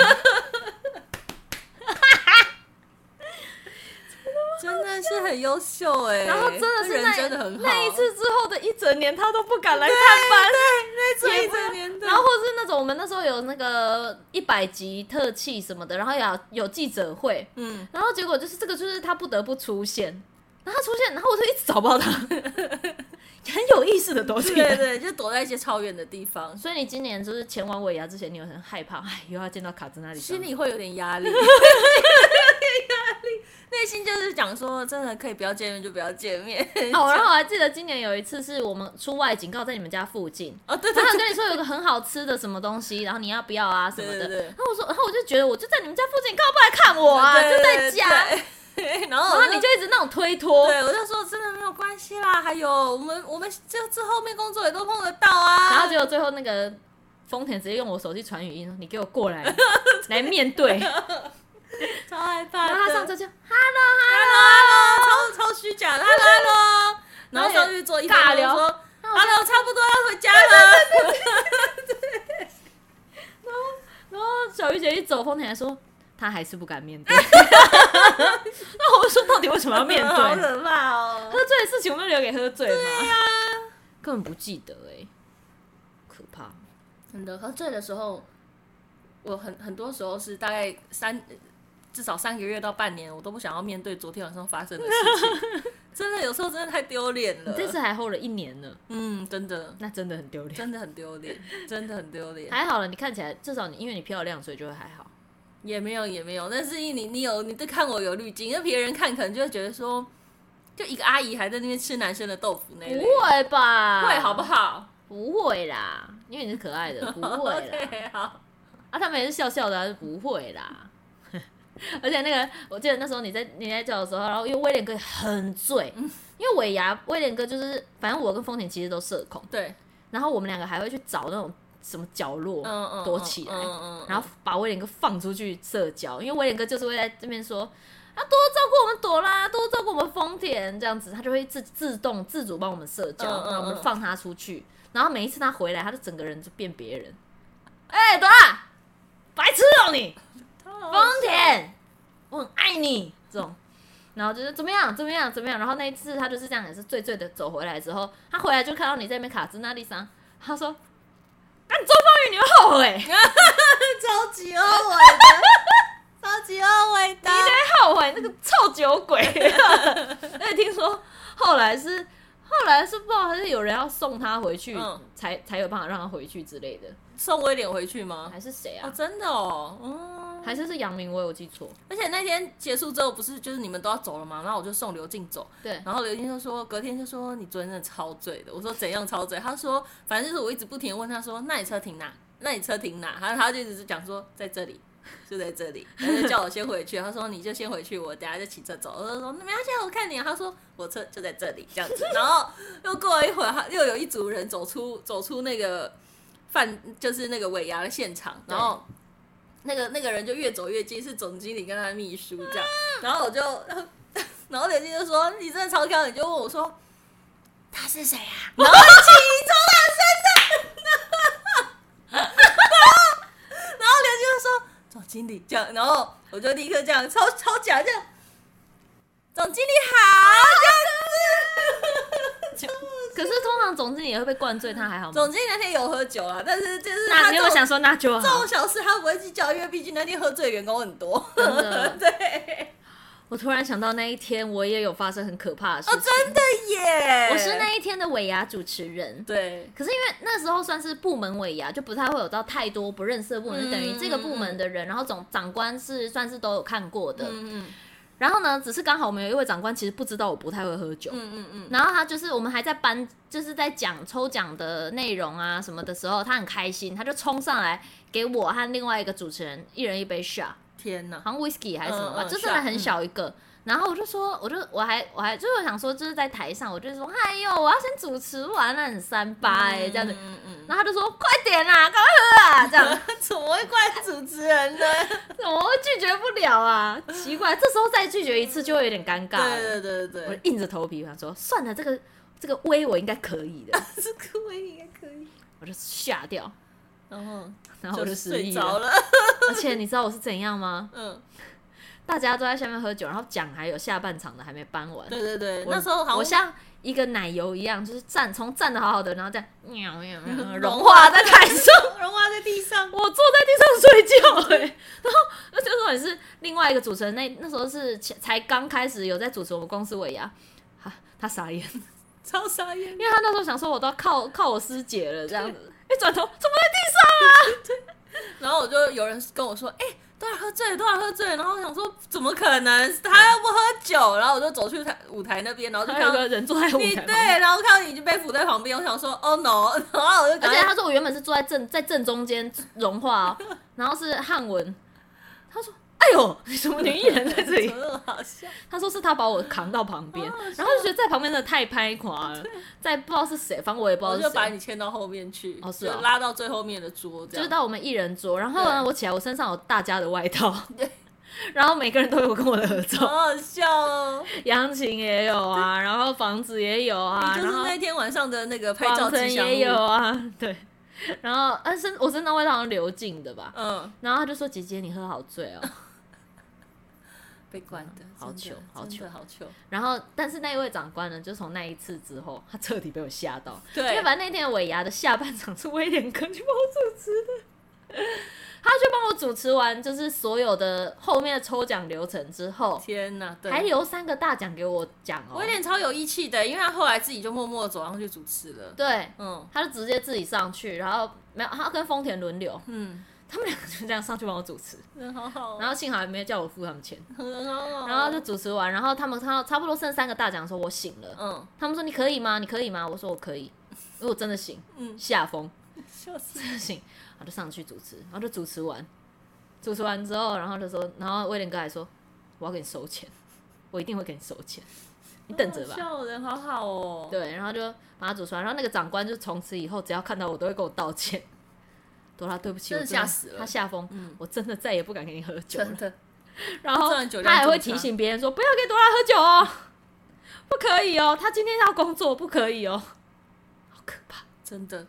Speaker 2: 真的是很优秀哎、
Speaker 1: 然后真的
Speaker 2: 这
Speaker 1: 是那
Speaker 2: 人真的很好，
Speaker 1: 那一次之后的一整年，他都不敢来看班。
Speaker 2: 那
Speaker 1: 也
Speaker 2: 最一
Speaker 1: 不
Speaker 2: 整年的，
Speaker 1: 然后或是那种我们那时候有那个一百集特气什么的，然后有有记者会，
Speaker 2: 嗯，
Speaker 1: 然后结果就是这个就是他不得不出现，然后他出现，然后我就一直找不到 他，很有意思的东西。
Speaker 2: 对对，就躲在一些超远的地方，
Speaker 1: 所以你今年就是前往尾牙之前，你有很害怕，哎，又要见到卡兹那里，
Speaker 2: 心里会有点压力， 内心就是讲说，真的可以不要见面就不要见面。
Speaker 1: 哦，然后我还记得今年有一次是我们出外景，刚好在你们家附 近，
Speaker 2: 哦，对对
Speaker 1: 然后他跟你说有个很好吃的什么东西，然后你要不要啊什么
Speaker 2: 对
Speaker 1: 的。
Speaker 2: 对对
Speaker 1: 然后我说，然后我就觉得我就在你们家附近，你干嘛不来看我啊？
Speaker 2: 对对
Speaker 1: 就在家，
Speaker 2: 对对 然后
Speaker 1: 然
Speaker 2: 我
Speaker 1: 后你就一直那种推脱。
Speaker 2: 对我就说真的没有关系啦，还有我们我们这这后面工作也都碰得到
Speaker 1: 然
Speaker 2: 啊
Speaker 1: 后。结果最后那个丰田直接用我手机传语音说：“你给我过来， 来面对。”
Speaker 2: 超害
Speaker 1: 然
Speaker 2: 怕的，
Speaker 1: 后他上车就
Speaker 2: ，hello hello，超超虚假的，hello hello，然后上去做一分
Speaker 1: 尬
Speaker 2: 钟
Speaker 1: 聊
Speaker 2: 说，hello，差不多要回家了。
Speaker 1: 然后小鱼姐一走，丰田还说她还是不敢面 对。那我就说到底为什么要面
Speaker 2: 好
Speaker 1: 对？
Speaker 2: 可怕哦
Speaker 1: 喝。醉的事情我们留给喝醉嘛。对啊呀、 根本不记得哎、可怕。
Speaker 2: 真的喝醉的时候，我很很多时候是大概三至少三个月到半年，我都不想要面对昨天晚上发生的事 情。真的，有时候真的太丢脸
Speaker 1: 你
Speaker 2: 了。
Speaker 1: 这次还 hold 了一年呢，
Speaker 2: 嗯，真的，
Speaker 1: 那真的很丢脸。
Speaker 2: 真的很丢脸，真的很丢脸。
Speaker 1: 还好了，你看起来至少你因为你漂亮，所以就会还好。
Speaker 2: 也没有，也没有，但是你你有你对看我有滤镜，因为别人看可能就会觉得说，就一个阿姨还在那边吃男生的豆腐那
Speaker 1: 不
Speaker 2: 类，
Speaker 1: 哎会吧？
Speaker 2: 会好不？好？
Speaker 1: 不会啦，因为你是可爱的，不会 啦。
Speaker 2: OK，好，
Speaker 1: 啊，他们也是笑笑的、啊，不会啦。 而且那个，我记得那时候你在你在叫的时候，然后因为威廉哥很醉，因为尾牙威廉哥就是，反正我跟丰田其实都社恐，
Speaker 2: 对，
Speaker 1: 然后我们两个还会去找那种什么角落，
Speaker 2: 嗯嗯嗯，
Speaker 1: 躲起来
Speaker 2: 嗯嗯，
Speaker 1: 然后把威廉哥放出去社交，因为威廉哥就是会在这边说，啊，多照顾我们朵拉，多照顾我们丰田这样子，他就会自自动自主帮我们社交，
Speaker 2: 嗯嗯
Speaker 1: 然后我们
Speaker 2: 嗯
Speaker 1: 放他出去，然后每一次他回来，他就整个人就变别人，哎、朵拉，白痴哦、你，丰
Speaker 2: 啊
Speaker 1: 田，我很爱你这种。然后就是怎么样怎么样怎么样，然后那一次他就是这样，也是醉醉的走回来之后，他回来就看到你在那边卡姿那丽莎，他说：“干周方宇，你会后悔。”
Speaker 2: 超级欧伟的，超级欧伟的，
Speaker 1: 后悔那个臭酒鬼。而且听说后来是后来是不知道还是有人要送他回去，
Speaker 2: 嗯
Speaker 1: 才才有办法让他回去之类的，
Speaker 2: 送威廉回去吗？
Speaker 1: 还是谁
Speaker 2: 哦，
Speaker 1: 啊？
Speaker 2: 真的哦，嗯。
Speaker 1: 还是是杨明，我有记错？
Speaker 2: 而且那天结束之后，不是就是你们都要走了吗？然后我就送刘静走，
Speaker 1: 对，
Speaker 2: 然后刘静就说，隔天就说你昨天真的超醉的。我说怎样超醉？他说反正就是我一直不停的问他说，那你车停哪？那你车停哪？他他就一直讲说在这里，就在这里。他就叫我先回去，他说你就先回去，我等下就骑车走。我就说没关系啊，我看你、啊。他说我车就在这里这样子。然后又过了一会儿，他又有一组人走出走出那个饭，就是那个尾牙的现场，
Speaker 1: 对
Speaker 2: 然后。那个那个人就越走越近，是总经理跟他的秘书这样，然后我就， 然后刘静就说：“你真的超高。”你就问我说：“他是谁啊？”然后气 从他身 上，然后刘静就说：“总经理这样。”然后我就立刻这样超超假这样，总经理好这样子。
Speaker 1: 可是通常总经理也会被灌醉，他还好吗？
Speaker 2: 总经理那天有喝酒啊，但是就是
Speaker 1: 那
Speaker 2: 他
Speaker 1: 你
Speaker 2: 这
Speaker 1: 有
Speaker 2: 种
Speaker 1: 想说那就
Speaker 2: 这
Speaker 1: 好
Speaker 2: 种。小事他不会计较，因为毕竟那天喝醉的员工很多。
Speaker 1: 真的，
Speaker 2: 对，
Speaker 1: 我突然想到那一天，我也有发生很可怕的事
Speaker 2: 哦，
Speaker 1: 情。
Speaker 2: 真的耶！
Speaker 1: 我是那一天的尾牙主持人，
Speaker 2: 对，
Speaker 1: 可是因为那时候算是部门尾牙，就不太会有到太多不认识的部门，
Speaker 2: 嗯
Speaker 1: 就等于这个部门的人，然后总长官是算是都有看过的。
Speaker 2: 嗯
Speaker 1: 然后呢，只是刚好我们有一位长官其实不知道我不太会喝酒，
Speaker 2: 嗯嗯
Speaker 1: 然后他就是我们还在颁，就是在讲抽奖的内容啊什么的时候，他很开心，他就冲上来给我和另外一个主持人一人一杯 shot，
Speaker 2: 天哪！
Speaker 1: 好像 whisky 还是什么吧，
Speaker 2: 嗯嗯
Speaker 1: 就真的
Speaker 2: shot，
Speaker 1: 很小一个。然后我就说，我就我还我还就是我想说，就是在台上，我就说，哎呦，我要先主持完了，很三八哎、这样子。
Speaker 2: 嗯嗯
Speaker 1: 然后他就说，快点啦，赶快喝啊，这样
Speaker 2: 嗯，怎么会怪主持人呢？
Speaker 1: 怎么会拒绝不了啊？奇怪，这时候再拒绝一次就会有点尴尬了。
Speaker 2: 对对对对
Speaker 1: 我
Speaker 2: 对，
Speaker 1: 就硬着头皮，我想说，算了，这个这个威我应该可以 的，
Speaker 2: 这个我应该可以。
Speaker 1: 我就吓掉，
Speaker 2: 然后
Speaker 1: 然后我就失
Speaker 2: 睡
Speaker 1: 忆
Speaker 2: 着
Speaker 1: 了。
Speaker 2: 了，
Speaker 1: 而且你知道我是怎样吗？
Speaker 2: 嗯，
Speaker 1: 大家都在下面喝酒，然后奖还有下半场的还没搬完。
Speaker 2: 对对对，
Speaker 1: 我
Speaker 2: 那时候好
Speaker 1: 我
Speaker 2: 像
Speaker 1: 像一个奶油一样，就是站从站的好好的，然后再喵喵喵融
Speaker 2: 融
Speaker 1: 化
Speaker 2: 化
Speaker 1: 在台上，
Speaker 2: 融化在地上，
Speaker 1: 我坐在地上 睡觉哎、欸然后就说你是另外一个主持人，那那时候是前才刚开始有在主持我们公司尾牙，他他傻眼，
Speaker 2: 超傻眼。
Speaker 1: 因为他那时候想说我都要靠靠我师姐了这样 子，
Speaker 2: 哎
Speaker 1: 一转头怎么
Speaker 2: 然后我就有人跟我说，哎、多少喝醉了，多少喝醉了。然后我想说，怎么可能？他又不喝酒。然后我就走去台舞台那边，然后就
Speaker 1: 还
Speaker 2: 看
Speaker 1: 有
Speaker 2: 到
Speaker 1: 个人坐在舞
Speaker 2: 你
Speaker 1: 台
Speaker 2: 对，
Speaker 1: 旁边？
Speaker 2: 然后看到你已经被扶在旁边，我想说，Oh no！然 后我就
Speaker 1: 而
Speaker 2: 赶
Speaker 1: 且
Speaker 2: 快
Speaker 1: 他说我原本是坐在正在正中间融化、哦，然后是汉文，他说：“哎呦， 什么女艺人在 这里？”
Speaker 2: 怎么那么好笑？
Speaker 1: 他说是他把我扛到旁边
Speaker 2: 好好，笑
Speaker 1: 然后就觉得在旁边真的太拍垮了，在不知道是谁，反正我也不知道
Speaker 2: 我就是把
Speaker 1: 谁，
Speaker 2: 你牵到后面去，
Speaker 1: 哦是
Speaker 2: 就
Speaker 1: 哦
Speaker 2: 拉到最后面的桌这
Speaker 1: 就是
Speaker 2: 样。
Speaker 1: 到我们一人桌。然后呢，
Speaker 2: 对
Speaker 1: 我起来，我身上有大家的外套
Speaker 2: 对，
Speaker 1: 然后每个人都有跟我的合
Speaker 2: 好
Speaker 1: 照，
Speaker 2: 好笑哦！
Speaker 1: 杨琴也有啊，然后房子也有 啊，
Speaker 2: 你就
Speaker 1: 然
Speaker 2: 是
Speaker 1: 后
Speaker 2: 那天晚上的那个拍照
Speaker 1: 黄晨
Speaker 2: 吉祥物
Speaker 1: 也有，啊，对。然后，啊，身我身上味道好像流进的吧，
Speaker 2: 嗯，
Speaker 1: 然后他就说：“姐姐，你喝好醉哦。
Speaker 2: 被关的，
Speaker 1: 好糗
Speaker 2: 真的
Speaker 1: 好糗
Speaker 2: 真的好糗。”
Speaker 1: 然后，但是那一位长官呢，就从那一次之后，他彻底被我吓到，因为
Speaker 2: 对，
Speaker 1: 反正那天尾牙的下半场是威廉哥去帮我主持的，他就帮我主持完就是所有的后面的抽奖流程之后，
Speaker 2: 天哪，对，
Speaker 1: 还留三个大奖给我奖哦
Speaker 2: 威。廉超有义气的，因为他后来自己就默默地走上去主持了。
Speaker 1: 对，
Speaker 2: 嗯
Speaker 1: 他就直接自己上去，然后没有他跟丰田轮流，
Speaker 2: 嗯，
Speaker 1: 他们两个就这样上去帮我主持，
Speaker 2: 人好好哦，
Speaker 1: 然后幸好也没有叫我付他们钱，
Speaker 2: 很好哦，
Speaker 1: 然后就主持完，然后他们看到差不多剩三个大奖的时候，我醒了，
Speaker 2: 嗯
Speaker 1: 他们说你可以吗？你可以吗？我说我可以，因为我真的醒，
Speaker 2: 嗯，
Speaker 1: 下风。
Speaker 2: 笑死，
Speaker 1: 不行，然后就上去主持，然后就主持完，主持完之后，然后就说，然后威廉哥还说，我要给你收钱，我一定会给你收钱，你等着
Speaker 2: 好
Speaker 1: 吧。
Speaker 2: 好笑哦人好好哦，
Speaker 1: 对，然后就把他主持完，然后那个长官就从此以后只要看到我都会跟我道歉， 朵拉对不起，我
Speaker 2: 真的吓死了
Speaker 1: 他吓疯，
Speaker 2: 嗯
Speaker 1: 我真的再也不敢跟你喝酒了
Speaker 2: 真。的。
Speaker 1: 然后
Speaker 2: 这种酒
Speaker 1: 他
Speaker 2: 量
Speaker 1: 还会
Speaker 2: 这
Speaker 1: 提
Speaker 2: 么差
Speaker 1: 醒别人说不要给朵拉喝酒哦， 不可以哦，他今天要工作，不可以哦，好可怕。
Speaker 2: 真的，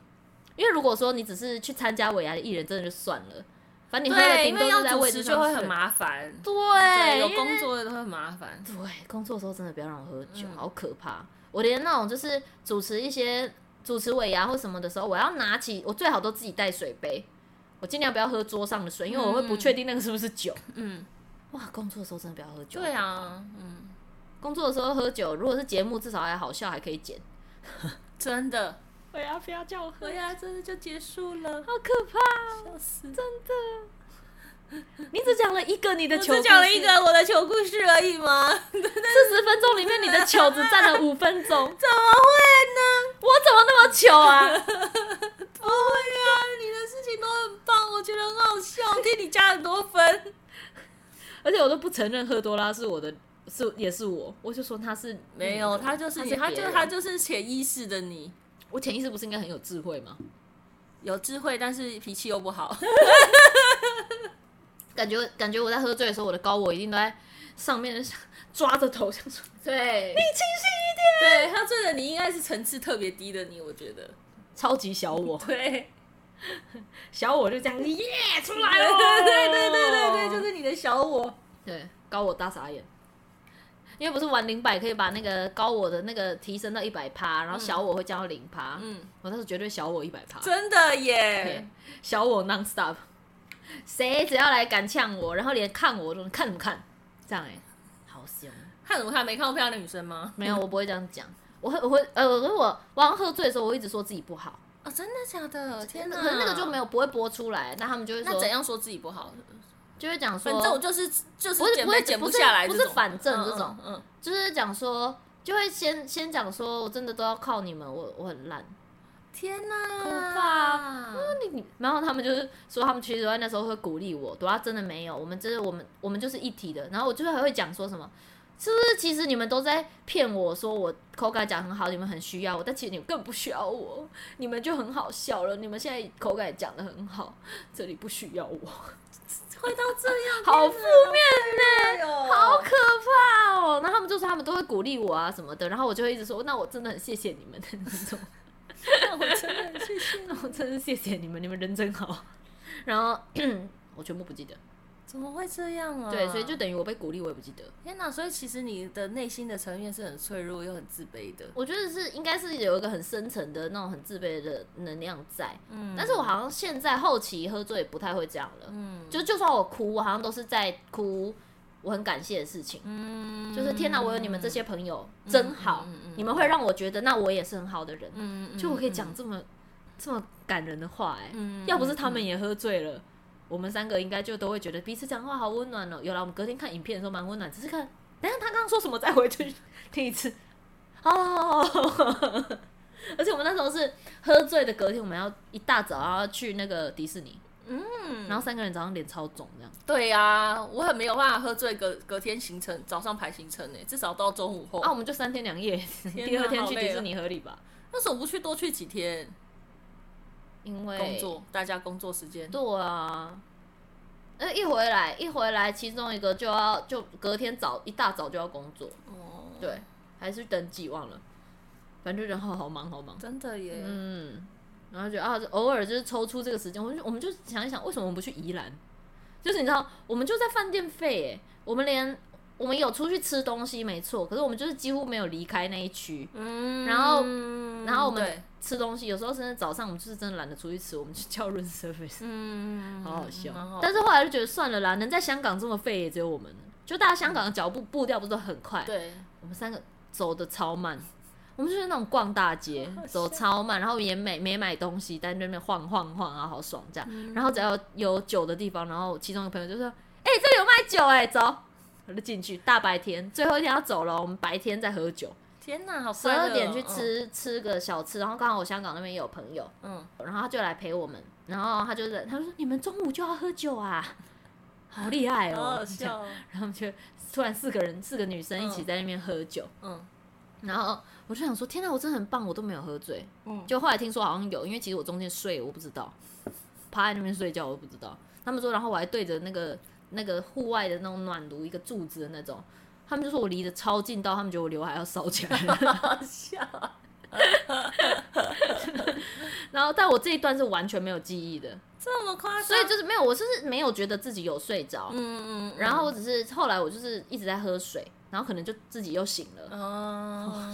Speaker 1: 因为如果说你只是去参加尾牙的艺人，真的就算了，反正你喝的
Speaker 2: 对，因
Speaker 1: 顶多
Speaker 2: 为要
Speaker 1: 是在
Speaker 2: 主
Speaker 1: 位
Speaker 2: 持
Speaker 1: 置
Speaker 2: 就
Speaker 1: 上
Speaker 2: 会
Speaker 1: 睡
Speaker 2: 很麻烦，
Speaker 1: 对，
Speaker 2: 有
Speaker 1: 因为
Speaker 2: 工作的都很麻烦。
Speaker 1: 对工作的时候真的不要让我喝酒，
Speaker 2: 嗯
Speaker 1: 好可怕。我连那种就是主持一些主持尾牙或什么的时候，我要拿起我最好都自己带水杯，我尽量不要喝桌上的水，因为我 会不确定那个是不是酒。
Speaker 2: 嗯，
Speaker 1: 啊哇，工作的时候真的不要喝酒。
Speaker 2: 对，啊，嗯，
Speaker 1: 工作的时候喝酒，如果是节目，至少还好笑，还可以剪。
Speaker 2: 真的，
Speaker 1: 不要不要叫我喝
Speaker 2: 对呀、真的就结束了，
Speaker 1: 好可怕！
Speaker 2: 笑死！
Speaker 1: 你只讲了一个你的
Speaker 2: 我
Speaker 1: 球，
Speaker 2: 只讲了一个我的球故事而已吗？怎么
Speaker 1: 四十分钟里面，你的球只占了五分钟， 我
Speaker 2: 会呢？
Speaker 1: 怎么那么糗啊？
Speaker 2: 不会啊，你的事情都很棒，我觉得很好笑，替你加很多分。
Speaker 1: 而且我都不承认赫多拉是我的，是也是我，我就说他是
Speaker 2: 没有，他就是你，他
Speaker 1: 他
Speaker 2: 就他就是潜意识的你，
Speaker 1: 我潜意识不是应该很有智慧吗？
Speaker 2: 有智慧，但是脾气又不好。
Speaker 1: 感觉感觉我在喝醉的时候，我的高我一定都在上面抓着头，想说
Speaker 2: 对，你清醒一点。对他醉的你应该是层次特别低的你，我觉得。
Speaker 1: 超级小 我，
Speaker 2: 对，
Speaker 1: 小我就这样耶出来
Speaker 2: 对
Speaker 1: 了，
Speaker 2: 对对对对，就是你的小我。
Speaker 1: 对高我大傻眼。因为不是玩零百可以把那个高我的那个提升到一百趴，然后小我会降到零趴。
Speaker 2: 嗯，
Speaker 1: 我那时候绝对小我一百趴，
Speaker 2: 真的
Speaker 1: 对
Speaker 2: 耶。
Speaker 1: 小我 non stop，谁只要来敢呛我，然后连看我都能看什么看，这样哎、好凶。
Speaker 2: 看什么看？没看过漂亮女生吗？
Speaker 1: 没有，我不会这样讲，我会我会呃，我如果我刚喝醉的时候，我会一直说自己不好，
Speaker 2: 哦，真的假的？天哪！
Speaker 1: 可是那个就没有不会播出来，那他们就会
Speaker 2: 那怎
Speaker 1: 说
Speaker 2: 样说自己不好？
Speaker 1: 就会讲说，
Speaker 2: 反正我就是就是
Speaker 1: 不是
Speaker 2: 减
Speaker 1: 不是
Speaker 2: 肥减
Speaker 1: 不是
Speaker 2: 下来
Speaker 1: 不
Speaker 2: 这
Speaker 1: 是
Speaker 2: 种，
Speaker 1: 反正这种
Speaker 2: 嗯，嗯，嗯
Speaker 1: 就是讲说就会先先讲说我真的都要靠你们，我我很烂。
Speaker 2: 天哪，
Speaker 1: 可怕那你然后他们就是说，他们其实都在那时候会鼓励我，朵拉真的没有，我们就是我们我们就是一体的。然后我就是还会讲说什么，是不是其实你们都在骗我说我口感讲很好，你们很需要我，但其实你们根本不需要我，你们就很好笑了。你们现在口感也讲的很好，这里不需要我，
Speaker 2: 会到这样，
Speaker 1: 好负
Speaker 2: 面呢、
Speaker 1: 好可哦怕哦。然后他们就说他们都会鼓励我啊什么的，然后我就会一直说，那我真的很谢谢你们的那种。
Speaker 2: 我真的很谢谢 你。
Speaker 1: 那我真是谢谢你们，你们人真好。 然后 我全部不记得，
Speaker 2: 怎么会这样啊？
Speaker 1: 对，所以就等于我被鼓励，我也不记得。
Speaker 2: 天哪！所以其实你的内心的层面是很脆弱又很自卑的。
Speaker 1: 我觉得是应该是有一个很深层的那种很自卑的能量在，
Speaker 2: 嗯
Speaker 1: 但是我好像现在后期喝醉不太会这样了，
Speaker 2: 嗯
Speaker 1: 就就算我哭，我好像都是在哭我很感谢的事情，
Speaker 2: 嗯
Speaker 1: 就是天哪，我有你们这些朋友真好，你们会让我觉得那我也是很好的人，
Speaker 2: 嗯
Speaker 1: 就我可以讲这么、这么感人的话、哎、
Speaker 2: 嗯
Speaker 1: 要不是他们也喝醉了，我们三个应该就都会觉得彼此讲话好温暖哦。有了，我们隔天看影片的时候蛮温暖，只是看，等一下他刚刚说什么再回去听一次。哦， 而且我们那时候是喝醉的，隔天我们要一大早要去那个迪士尼，
Speaker 2: 嗯
Speaker 1: 然后三个人早上脸超肿这样。
Speaker 2: 对呀、啊，我很没有办法喝醉隔隔天行程，早上排行程呢、至少到中午后。
Speaker 1: 啊，我们就三天两夜，
Speaker 2: 天哪
Speaker 1: 第二天
Speaker 2: 好
Speaker 1: 去
Speaker 2: 累
Speaker 1: 迪士
Speaker 2: 哦
Speaker 1: 尼合理吧？
Speaker 2: 为什么不去多去几天？
Speaker 1: 因为
Speaker 2: 工作，大家工作时间。
Speaker 1: 对啊，那一回来一回来，其中一个就要就隔天早一大早就要工作，
Speaker 2: 哦，
Speaker 1: 对，还是登记忘了，反正人好好忙好忙，
Speaker 2: 真的耶。
Speaker 1: 嗯，然后就啊，就偶尔就是抽出这个时间，我们就我们就想一想，为什么我们不去宜兰？就是你知道，我们就在饭店费，哎，我们连我们有出去吃东西没错，可是我们就是几乎没有离开那一区。
Speaker 2: 嗯
Speaker 1: 然后然后我
Speaker 2: 对
Speaker 1: 们吃东西，有时候甚至早上我们就是真的懒得出去吃，我们去叫 room service。
Speaker 2: 嗯，
Speaker 1: 好好笑。
Speaker 2: 蛮好
Speaker 1: 但是后来就觉得算了啦，能在香港这么废也只有我们了。就大家香港的脚步步调不是都很快？
Speaker 2: 对，
Speaker 1: 我们三个走的超慢，我们就是那种逛大街
Speaker 2: 好好笑
Speaker 1: 走超慢，然后也没没买东西，但在那边晃晃晃啊，好爽这样。
Speaker 2: 嗯
Speaker 1: 然后只要有酒的地方，然后其中一个朋友就说：“哎、这里有卖酒哎、走。”我就进去，大白天最后一天要走了，我们白天在喝酒，
Speaker 2: 天哪，好
Speaker 1: 十
Speaker 2: 快乐哦
Speaker 1: 二点去，吃、吃个小吃，然后刚好我香港那边也有朋友，
Speaker 2: 嗯，
Speaker 1: 然后他就来陪我们，然后他就是他说你们中午就要喝酒啊，好厉害
Speaker 2: 嗯好
Speaker 1: 哦
Speaker 2: 好，
Speaker 1: 这样
Speaker 2: 笑哦，
Speaker 1: 然后我们就突然四个人四个女生一起在那边喝酒，
Speaker 2: 嗯
Speaker 1: 然后我就想说天哪，我真的很棒，我都没有喝醉。
Speaker 2: 嗯，
Speaker 1: 就后来听说好像有，因为其实我中间睡我不知道，趴在那边睡觉我都不知道。他们说，然后我还对着那个那个户外的那种暖炉一个柱子的那种，他们就说我离得超近到他们觉得我刘海要烧起来了。
Speaker 2: 好笑，哦
Speaker 1: 然后但我这一段是完全没有记忆的，
Speaker 2: 这么夸张，
Speaker 1: 所以就是没有，我就是没有觉得自己有睡着。
Speaker 2: 嗯嗯，嗯
Speaker 1: 然后我只是后来我就是一直在喝水，然后可能就自己又醒了。
Speaker 2: 哦，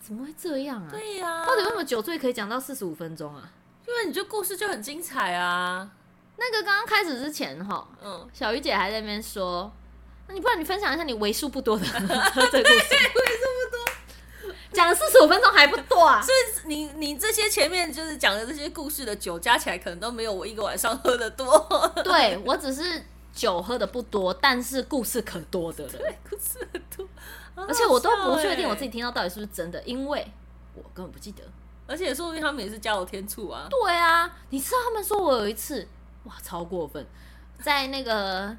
Speaker 1: 怎么会这样啊？
Speaker 2: 对呀，
Speaker 1: 到底为什么酒醉可以讲到四十五分钟啊？
Speaker 2: 因为你这故事就很精彩啊，
Speaker 1: 那个刚刚开始之前哈，
Speaker 2: 嗯，
Speaker 1: 小鱼姐还在那边说，那你不然你分享一下你为数不多 的喝醉故事。为数不多，讲了四十五分钟还不多 啊！
Speaker 2: 这你你这些前面就是讲的这些故事的酒加起来，可能都没有我一个晚上喝的多。
Speaker 1: 对我只是酒喝的不多，但是故事可多的人，
Speaker 2: 故事很多，很好
Speaker 1: 而且我都不
Speaker 2: 笑
Speaker 1: 确定
Speaker 2: 欸
Speaker 1: 我自己，听到到底是不是真的，因为我根本不记得。
Speaker 2: 而且说不定他们也是加我添醋啊。
Speaker 1: 对啊，你知道他们说我有一次，哇，超过分，在那个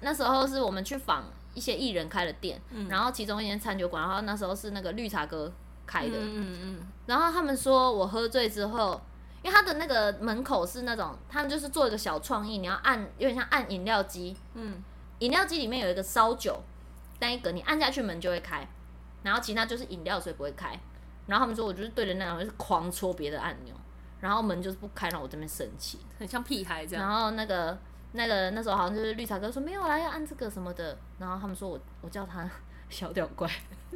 Speaker 1: 那时候是我们去访一些艺人开的店，
Speaker 2: 嗯
Speaker 1: 然后其中一间餐酒馆，然后那时候是那个绿茶哥开
Speaker 2: 嗯
Speaker 1: 的，
Speaker 2: 嗯嗯，
Speaker 1: 然后他们说我喝醉之后，因为他的那个门口是那种，他们就是做一个小创意，你要按有点像按饮料机，
Speaker 2: 嗯，
Speaker 1: 饮料机里面有一个烧酒那一个，你按下去门就会开，然后其他就是饮料水不会开。然后他们说我就是对着那种就是狂戳别的按钮，然后门就是不开，然后我这边生气。
Speaker 2: 很像屁孩这
Speaker 1: 然
Speaker 2: 样。
Speaker 1: 后那个那个那时候好像就是绿茶哥说没有啦，要按这个什么的。然后他们说我我叫他 小屌怪，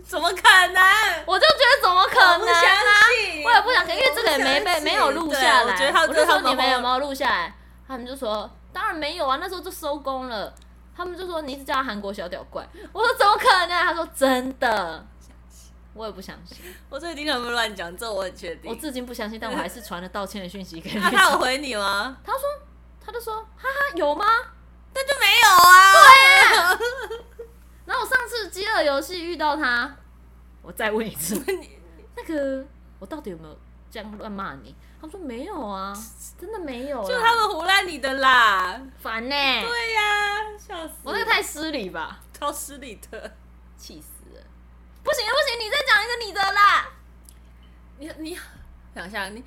Speaker 2: 怎么可能？
Speaker 1: 我就觉得怎么可能
Speaker 2: 我不相
Speaker 1: 啊？
Speaker 2: 信，
Speaker 1: 我也不想跟，因为这个也没
Speaker 2: 我不相
Speaker 1: 被
Speaker 2: 信
Speaker 1: 没有录下
Speaker 2: 对
Speaker 1: 来。
Speaker 2: 我觉得他
Speaker 1: 就
Speaker 2: 他
Speaker 1: 说
Speaker 2: 们
Speaker 1: 你们有没有录下来？他们就说当然没有啊，那时候就收工了。他们就说你一直叫他韩国小屌怪，我说怎么可能、啊他说真的，我也不相信，
Speaker 2: 我最近他们乱讲，这我很确定。
Speaker 1: 我至今不相信，但我还是传了道歉的讯息给他。
Speaker 2: 那啊他有回你吗？
Speaker 1: 他说他就说哈哈有吗？
Speaker 2: 那就没有啊。
Speaker 1: 然后我上次饥饿游戏遇到他，我 再问一次，
Speaker 2: 对啊，
Speaker 1: 那个我到底有没有这样乱骂你？他说没有啊，真的没有啦，
Speaker 2: 就他们胡乱你的啦。
Speaker 1: 烦呢、
Speaker 2: 对呀、笑死！
Speaker 1: 我那个太失礼吧，
Speaker 2: 超失礼的。
Speaker 1: 气死了！不行不行，你再讲一个你的啦。
Speaker 2: 你你想一下，你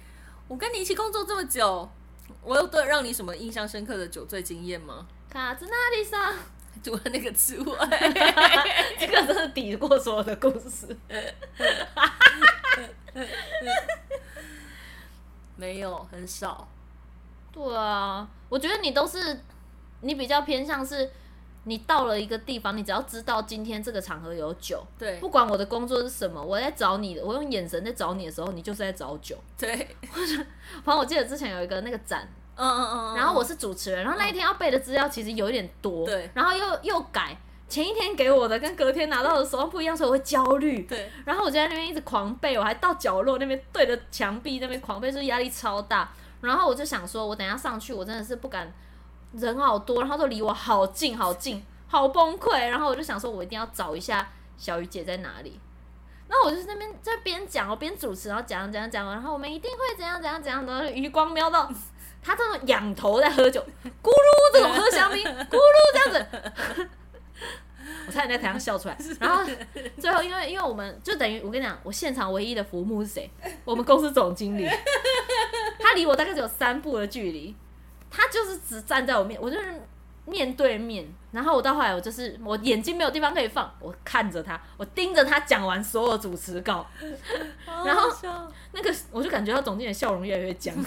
Speaker 2: 我跟你一起工作这么久，我有对让你什么印象深刻的酒醉经验吗？
Speaker 1: 卡兹那里桑，
Speaker 2: 除了那个之外，
Speaker 1: 这个真的抵过所有的故事。
Speaker 2: 没有，很少。
Speaker 1: 对啊，我觉得你都是你比较偏向是，你到了一个地方，你只要知道今天这个场合有酒，
Speaker 2: 对
Speaker 1: 不管我的工作是什么，我在找你的，我用眼神在找你的时候，你就是在找酒。
Speaker 2: 对，
Speaker 1: 反正我记得之前有一个那个展，
Speaker 2: 嗯嗯嗯。
Speaker 1: 然后我是主持人，然后那一天要背的资料其实有一点多，
Speaker 2: 对
Speaker 1: 然后又又改，前一天给我的跟隔天拿到的时候不一样，所以我会焦虑。
Speaker 2: 嗯对，
Speaker 1: 然后我就在那边一直狂背，我还到角落那边对着墙壁那边狂背，就是压力超大。然后我就想说，我等一下上去，我真的是不敢，人好多，然后都离我好近好近，好崩溃。然后我就想说，我一定要找一下小鱼姐在哪里。然后我就是那边在边讲，我边主持，然后讲讲讲，然后我们一定会怎样怎样怎样的，余光瞄到他这种仰头在喝酒，咕噜这种喝香槟，咕噜这样子，我差点在台上笑出来。然后最后，因为因为我们就等于我跟你讲，我现场唯一的浮木是谁？我们公司总经理，他离我大概只有三步的距离，他就是只站在我面，我就是面对面。然后我到后来，我就是我眼睛没有地方可以放，我看着他，我盯着他讲完所有主持稿，
Speaker 2: 然
Speaker 1: 后那个我就感觉到总经理的笑容越来越僵，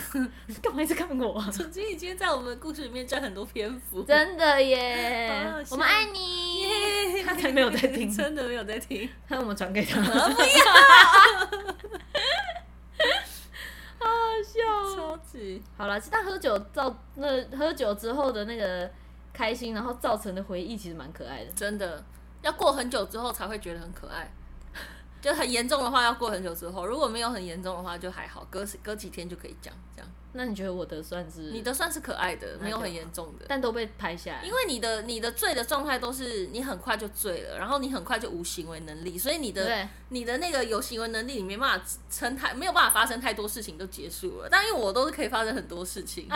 Speaker 1: 干嘛一直看我、啊？
Speaker 2: 总经理今天在我们的故事里面占很多篇幅，
Speaker 1: 真的耶
Speaker 2: 好好，笑
Speaker 1: 我们爱你。
Speaker 2: 耶
Speaker 1: 他才没有在 听
Speaker 2: 真的没有在听。
Speaker 1: 那我们传给他，好好笑哦。
Speaker 2: 超级
Speaker 1: 好了，但喝酒造那喝酒之后的那个开心，然后造成的回忆其实蛮可爱的。
Speaker 2: 真的，要过很久之后才会觉得很可爱。 就很严重的话，要过很久之后；如果没有很严重的话，就还好，隔隔几天就可以讲。这样，
Speaker 1: 那你觉得我的算是
Speaker 2: 你的算是可爱的，
Speaker 1: 好
Speaker 2: 没有很严重的。
Speaker 1: 但都被拍下来，
Speaker 2: 因为你的你的醉的状态都是你很快就醉了，然后你很快就无行为能力，所以你的
Speaker 1: 对
Speaker 2: 你的那个有行为能力，你没办法撑太没有办法发生太多事情就结束了。但因为我都是可以发生很多 事情，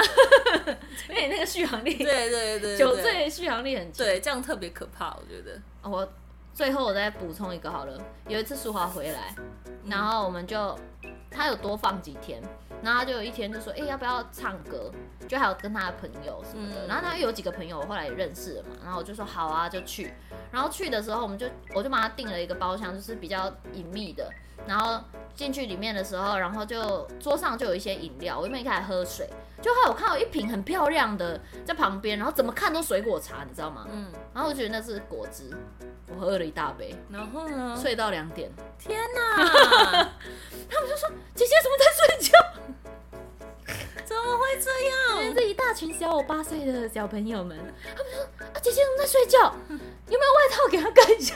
Speaker 1: 因为你那个续航力，
Speaker 2: 对对对对，
Speaker 1: 酒醉续航力很强。
Speaker 2: 对，这样特别可怕，我觉得。
Speaker 1: 哦我最后我再补充一个好了，有一次淑华回来，然后我们就他有多放几天，然后他就有一天就说，哎、要不要唱歌？就还有跟他的朋友什么的，
Speaker 2: 嗯
Speaker 1: 然后他有几个朋友我后来也认识了嘛，然后我就说好啊，就去。然后去的时候，我们就我就帮他订了一个包厢，就是比较隐秘的。然后进去里面的时候，然后就桌上就有一些饮料，我原本一开始喝水，就后来我看到一瓶很漂亮的在旁边，然后怎么看都水果茶，你知道吗？
Speaker 2: 嗯，
Speaker 1: 然后我觉得那是果汁，我喝了一大杯，
Speaker 2: 然后呢？
Speaker 1: 睡到两点。
Speaker 2: 天哪，
Speaker 1: 姐姐怎么在睡觉？
Speaker 2: 怎么会这样？
Speaker 1: 嗯这一大群小我八岁的小朋友们，他们就说：“啊，姐姐怎么在睡 觉？有没有外套给她盖一下？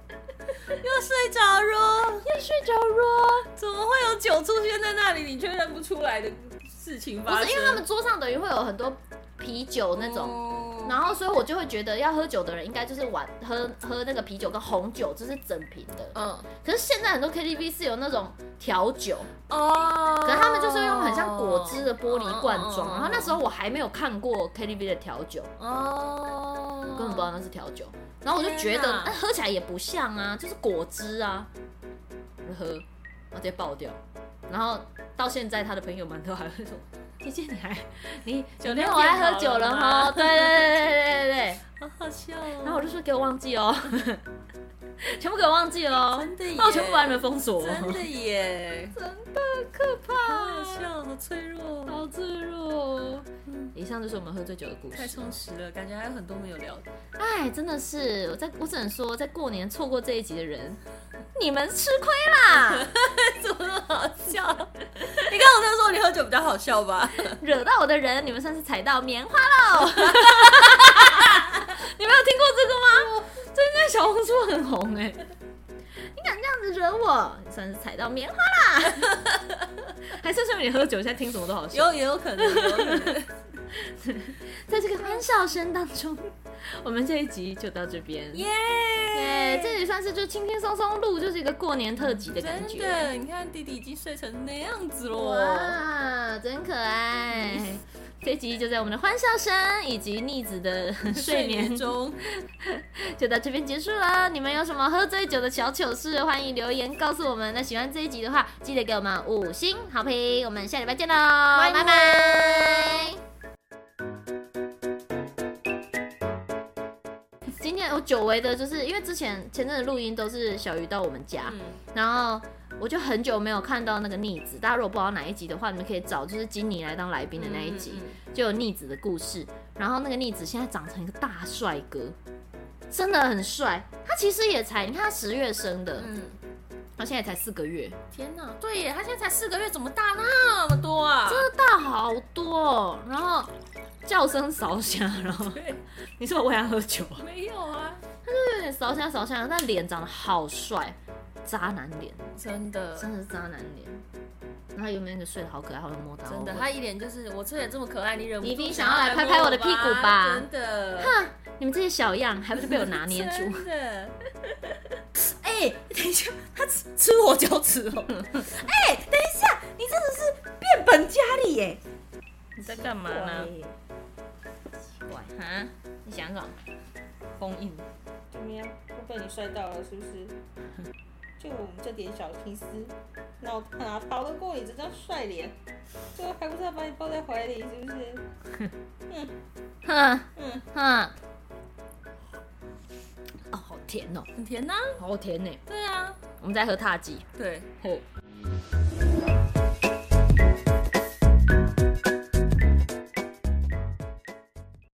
Speaker 2: 又睡着了，
Speaker 1: 要睡着了。
Speaker 2: 怎么会有酒出现在那里，你却认不出来的事情
Speaker 1: 不
Speaker 2: 发生？
Speaker 1: 是，因为他们桌上等于会有很多啤酒那种，
Speaker 2: 种
Speaker 1: 然后所以我就会觉得要喝酒的人应该就是晚喝喝那个啤酒跟红酒，这是整瓶的。
Speaker 2: 嗯
Speaker 1: 可是现在很多 KTV 是有那种调酒，
Speaker 2: 哦，
Speaker 1: 可是他们就是用很像果汁的玻璃罐装。
Speaker 2: 哦
Speaker 1: 然后那时候我还没有看过 KTV 的调酒，
Speaker 2: 哦，
Speaker 1: 根本不知道那是调酒。然后我就觉
Speaker 2: 天
Speaker 1: 得，
Speaker 2: 哪
Speaker 1: 哎、喝起来也不像啊，就是果汁啊。我就喝，然后直接爆掉。然后到现在，他的朋友们都还会说：“姐姐，你还你
Speaker 2: 酒
Speaker 1: 酒
Speaker 2: 量
Speaker 1: 量我爱
Speaker 2: 变
Speaker 1: 喝
Speaker 2: 好
Speaker 1: 酒
Speaker 2: 了
Speaker 1: 了
Speaker 2: 吗
Speaker 1: 哈。”对对 对对对 对。
Speaker 2: 好好笑哦。
Speaker 1: 然后我就说：“给我忘记哦， 全部给我忘记了哦，
Speaker 2: 真的耶，
Speaker 1: 那我全部把你们封锁。”
Speaker 2: 真的耶，
Speaker 1: 可
Speaker 2: 好
Speaker 1: 怕
Speaker 2: 好笑，好脆弱，
Speaker 1: 好脆弱、哦。以上就是我们喝醉酒的故
Speaker 2: 太
Speaker 1: 事。
Speaker 2: 充实了，感觉还有很多没有聊的。
Speaker 1: 哎，真的是，我在我只能说，在过年错过这一集的人，你们吃亏 啦，
Speaker 2: 怎么那么好笑？你刚刚在说你喝酒比较好笑 吧？
Speaker 1: 惹到我的人，你们算是踩到棉花 喽。你没有听过这个吗？最近在小红书很红哎、你敢这样子惹我，你算是踩到棉花啦。 还是说你喝酒现在听什么都好笑？
Speaker 2: 有也有可能，有可能。
Speaker 1: 在这个欢笑声当中，我们这一集就到这边。
Speaker 2: 耶
Speaker 1: 耶，这也算是就轻轻松松录，就是一个过年特辑的感
Speaker 2: 真
Speaker 1: 觉。
Speaker 2: 的，你看弟弟已经睡成那样子了。
Speaker 1: 哇，真可爱！这集就在我们的欢笑声以及逆子的睡眠中
Speaker 2: 中，
Speaker 1: 就到这边结束了。你们有什么喝醉酒的小糗事，欢迎留言告诉我们。那喜欢这一集的话，记得给我们五星好评。我们下礼拜见喽，
Speaker 2: 拜
Speaker 1: 拜拜。今天我久违的，就是因为之前前阵的录音都是小鱼到我们家，
Speaker 2: 嗯，
Speaker 1: 然后我就很久没有看到那个逆子。大家如果不知道哪一集的话，你们可以找就是金妮来当来
Speaker 2: 嗯
Speaker 1: 宾的那一集，就有逆子的故事。然后那个逆子现在长成一个大帅哥，真的很帅。他其实也才，你看他十月生的，
Speaker 2: 嗯，
Speaker 1: 他现在才四个月，
Speaker 2: 天哪，嗯对耶，他现在才四个月，怎么大那么多啊？
Speaker 1: 真的哦大好多哦、然后叫声扫下，然后
Speaker 2: 对，
Speaker 1: 你说我喂他喝酒啊，
Speaker 2: 没有啊，
Speaker 1: 就有点扫下扫下，但脸长得好帅，渣男脸，
Speaker 2: 真的，
Speaker 1: 真的是渣男脸。然后有没有那个睡得好可爱，好想摸他？
Speaker 2: 真的，
Speaker 1: 好
Speaker 2: 他一脸就是我吹的这么可爱，你忍不
Speaker 1: 哦你
Speaker 2: 住
Speaker 1: 一定想要来拍拍我的屁股吧
Speaker 2: 真的，
Speaker 1: 啊你们这些小样，还不 是被我拿捏住？
Speaker 2: 真的。 哎、等一下，他吃吃我脚趾 哦！哎、等一下，你真的是变本加厉耶！你在干嘛呢？
Speaker 1: 奇怪哈，你想什么？封印。
Speaker 3: 怎么样？都被你帅到了是不是？就我们这点小心思，那我哪逃得过你这张帅脸？最后还不是要把你抱在怀里，是不是？
Speaker 1: 哼
Speaker 3: 嗯
Speaker 1: 哼。哦，好甜哦，
Speaker 2: 很甜呐、
Speaker 1: 好甜呢。
Speaker 2: 对啊，
Speaker 1: 我们在喝塔吉。
Speaker 2: 对。
Speaker 1: 吼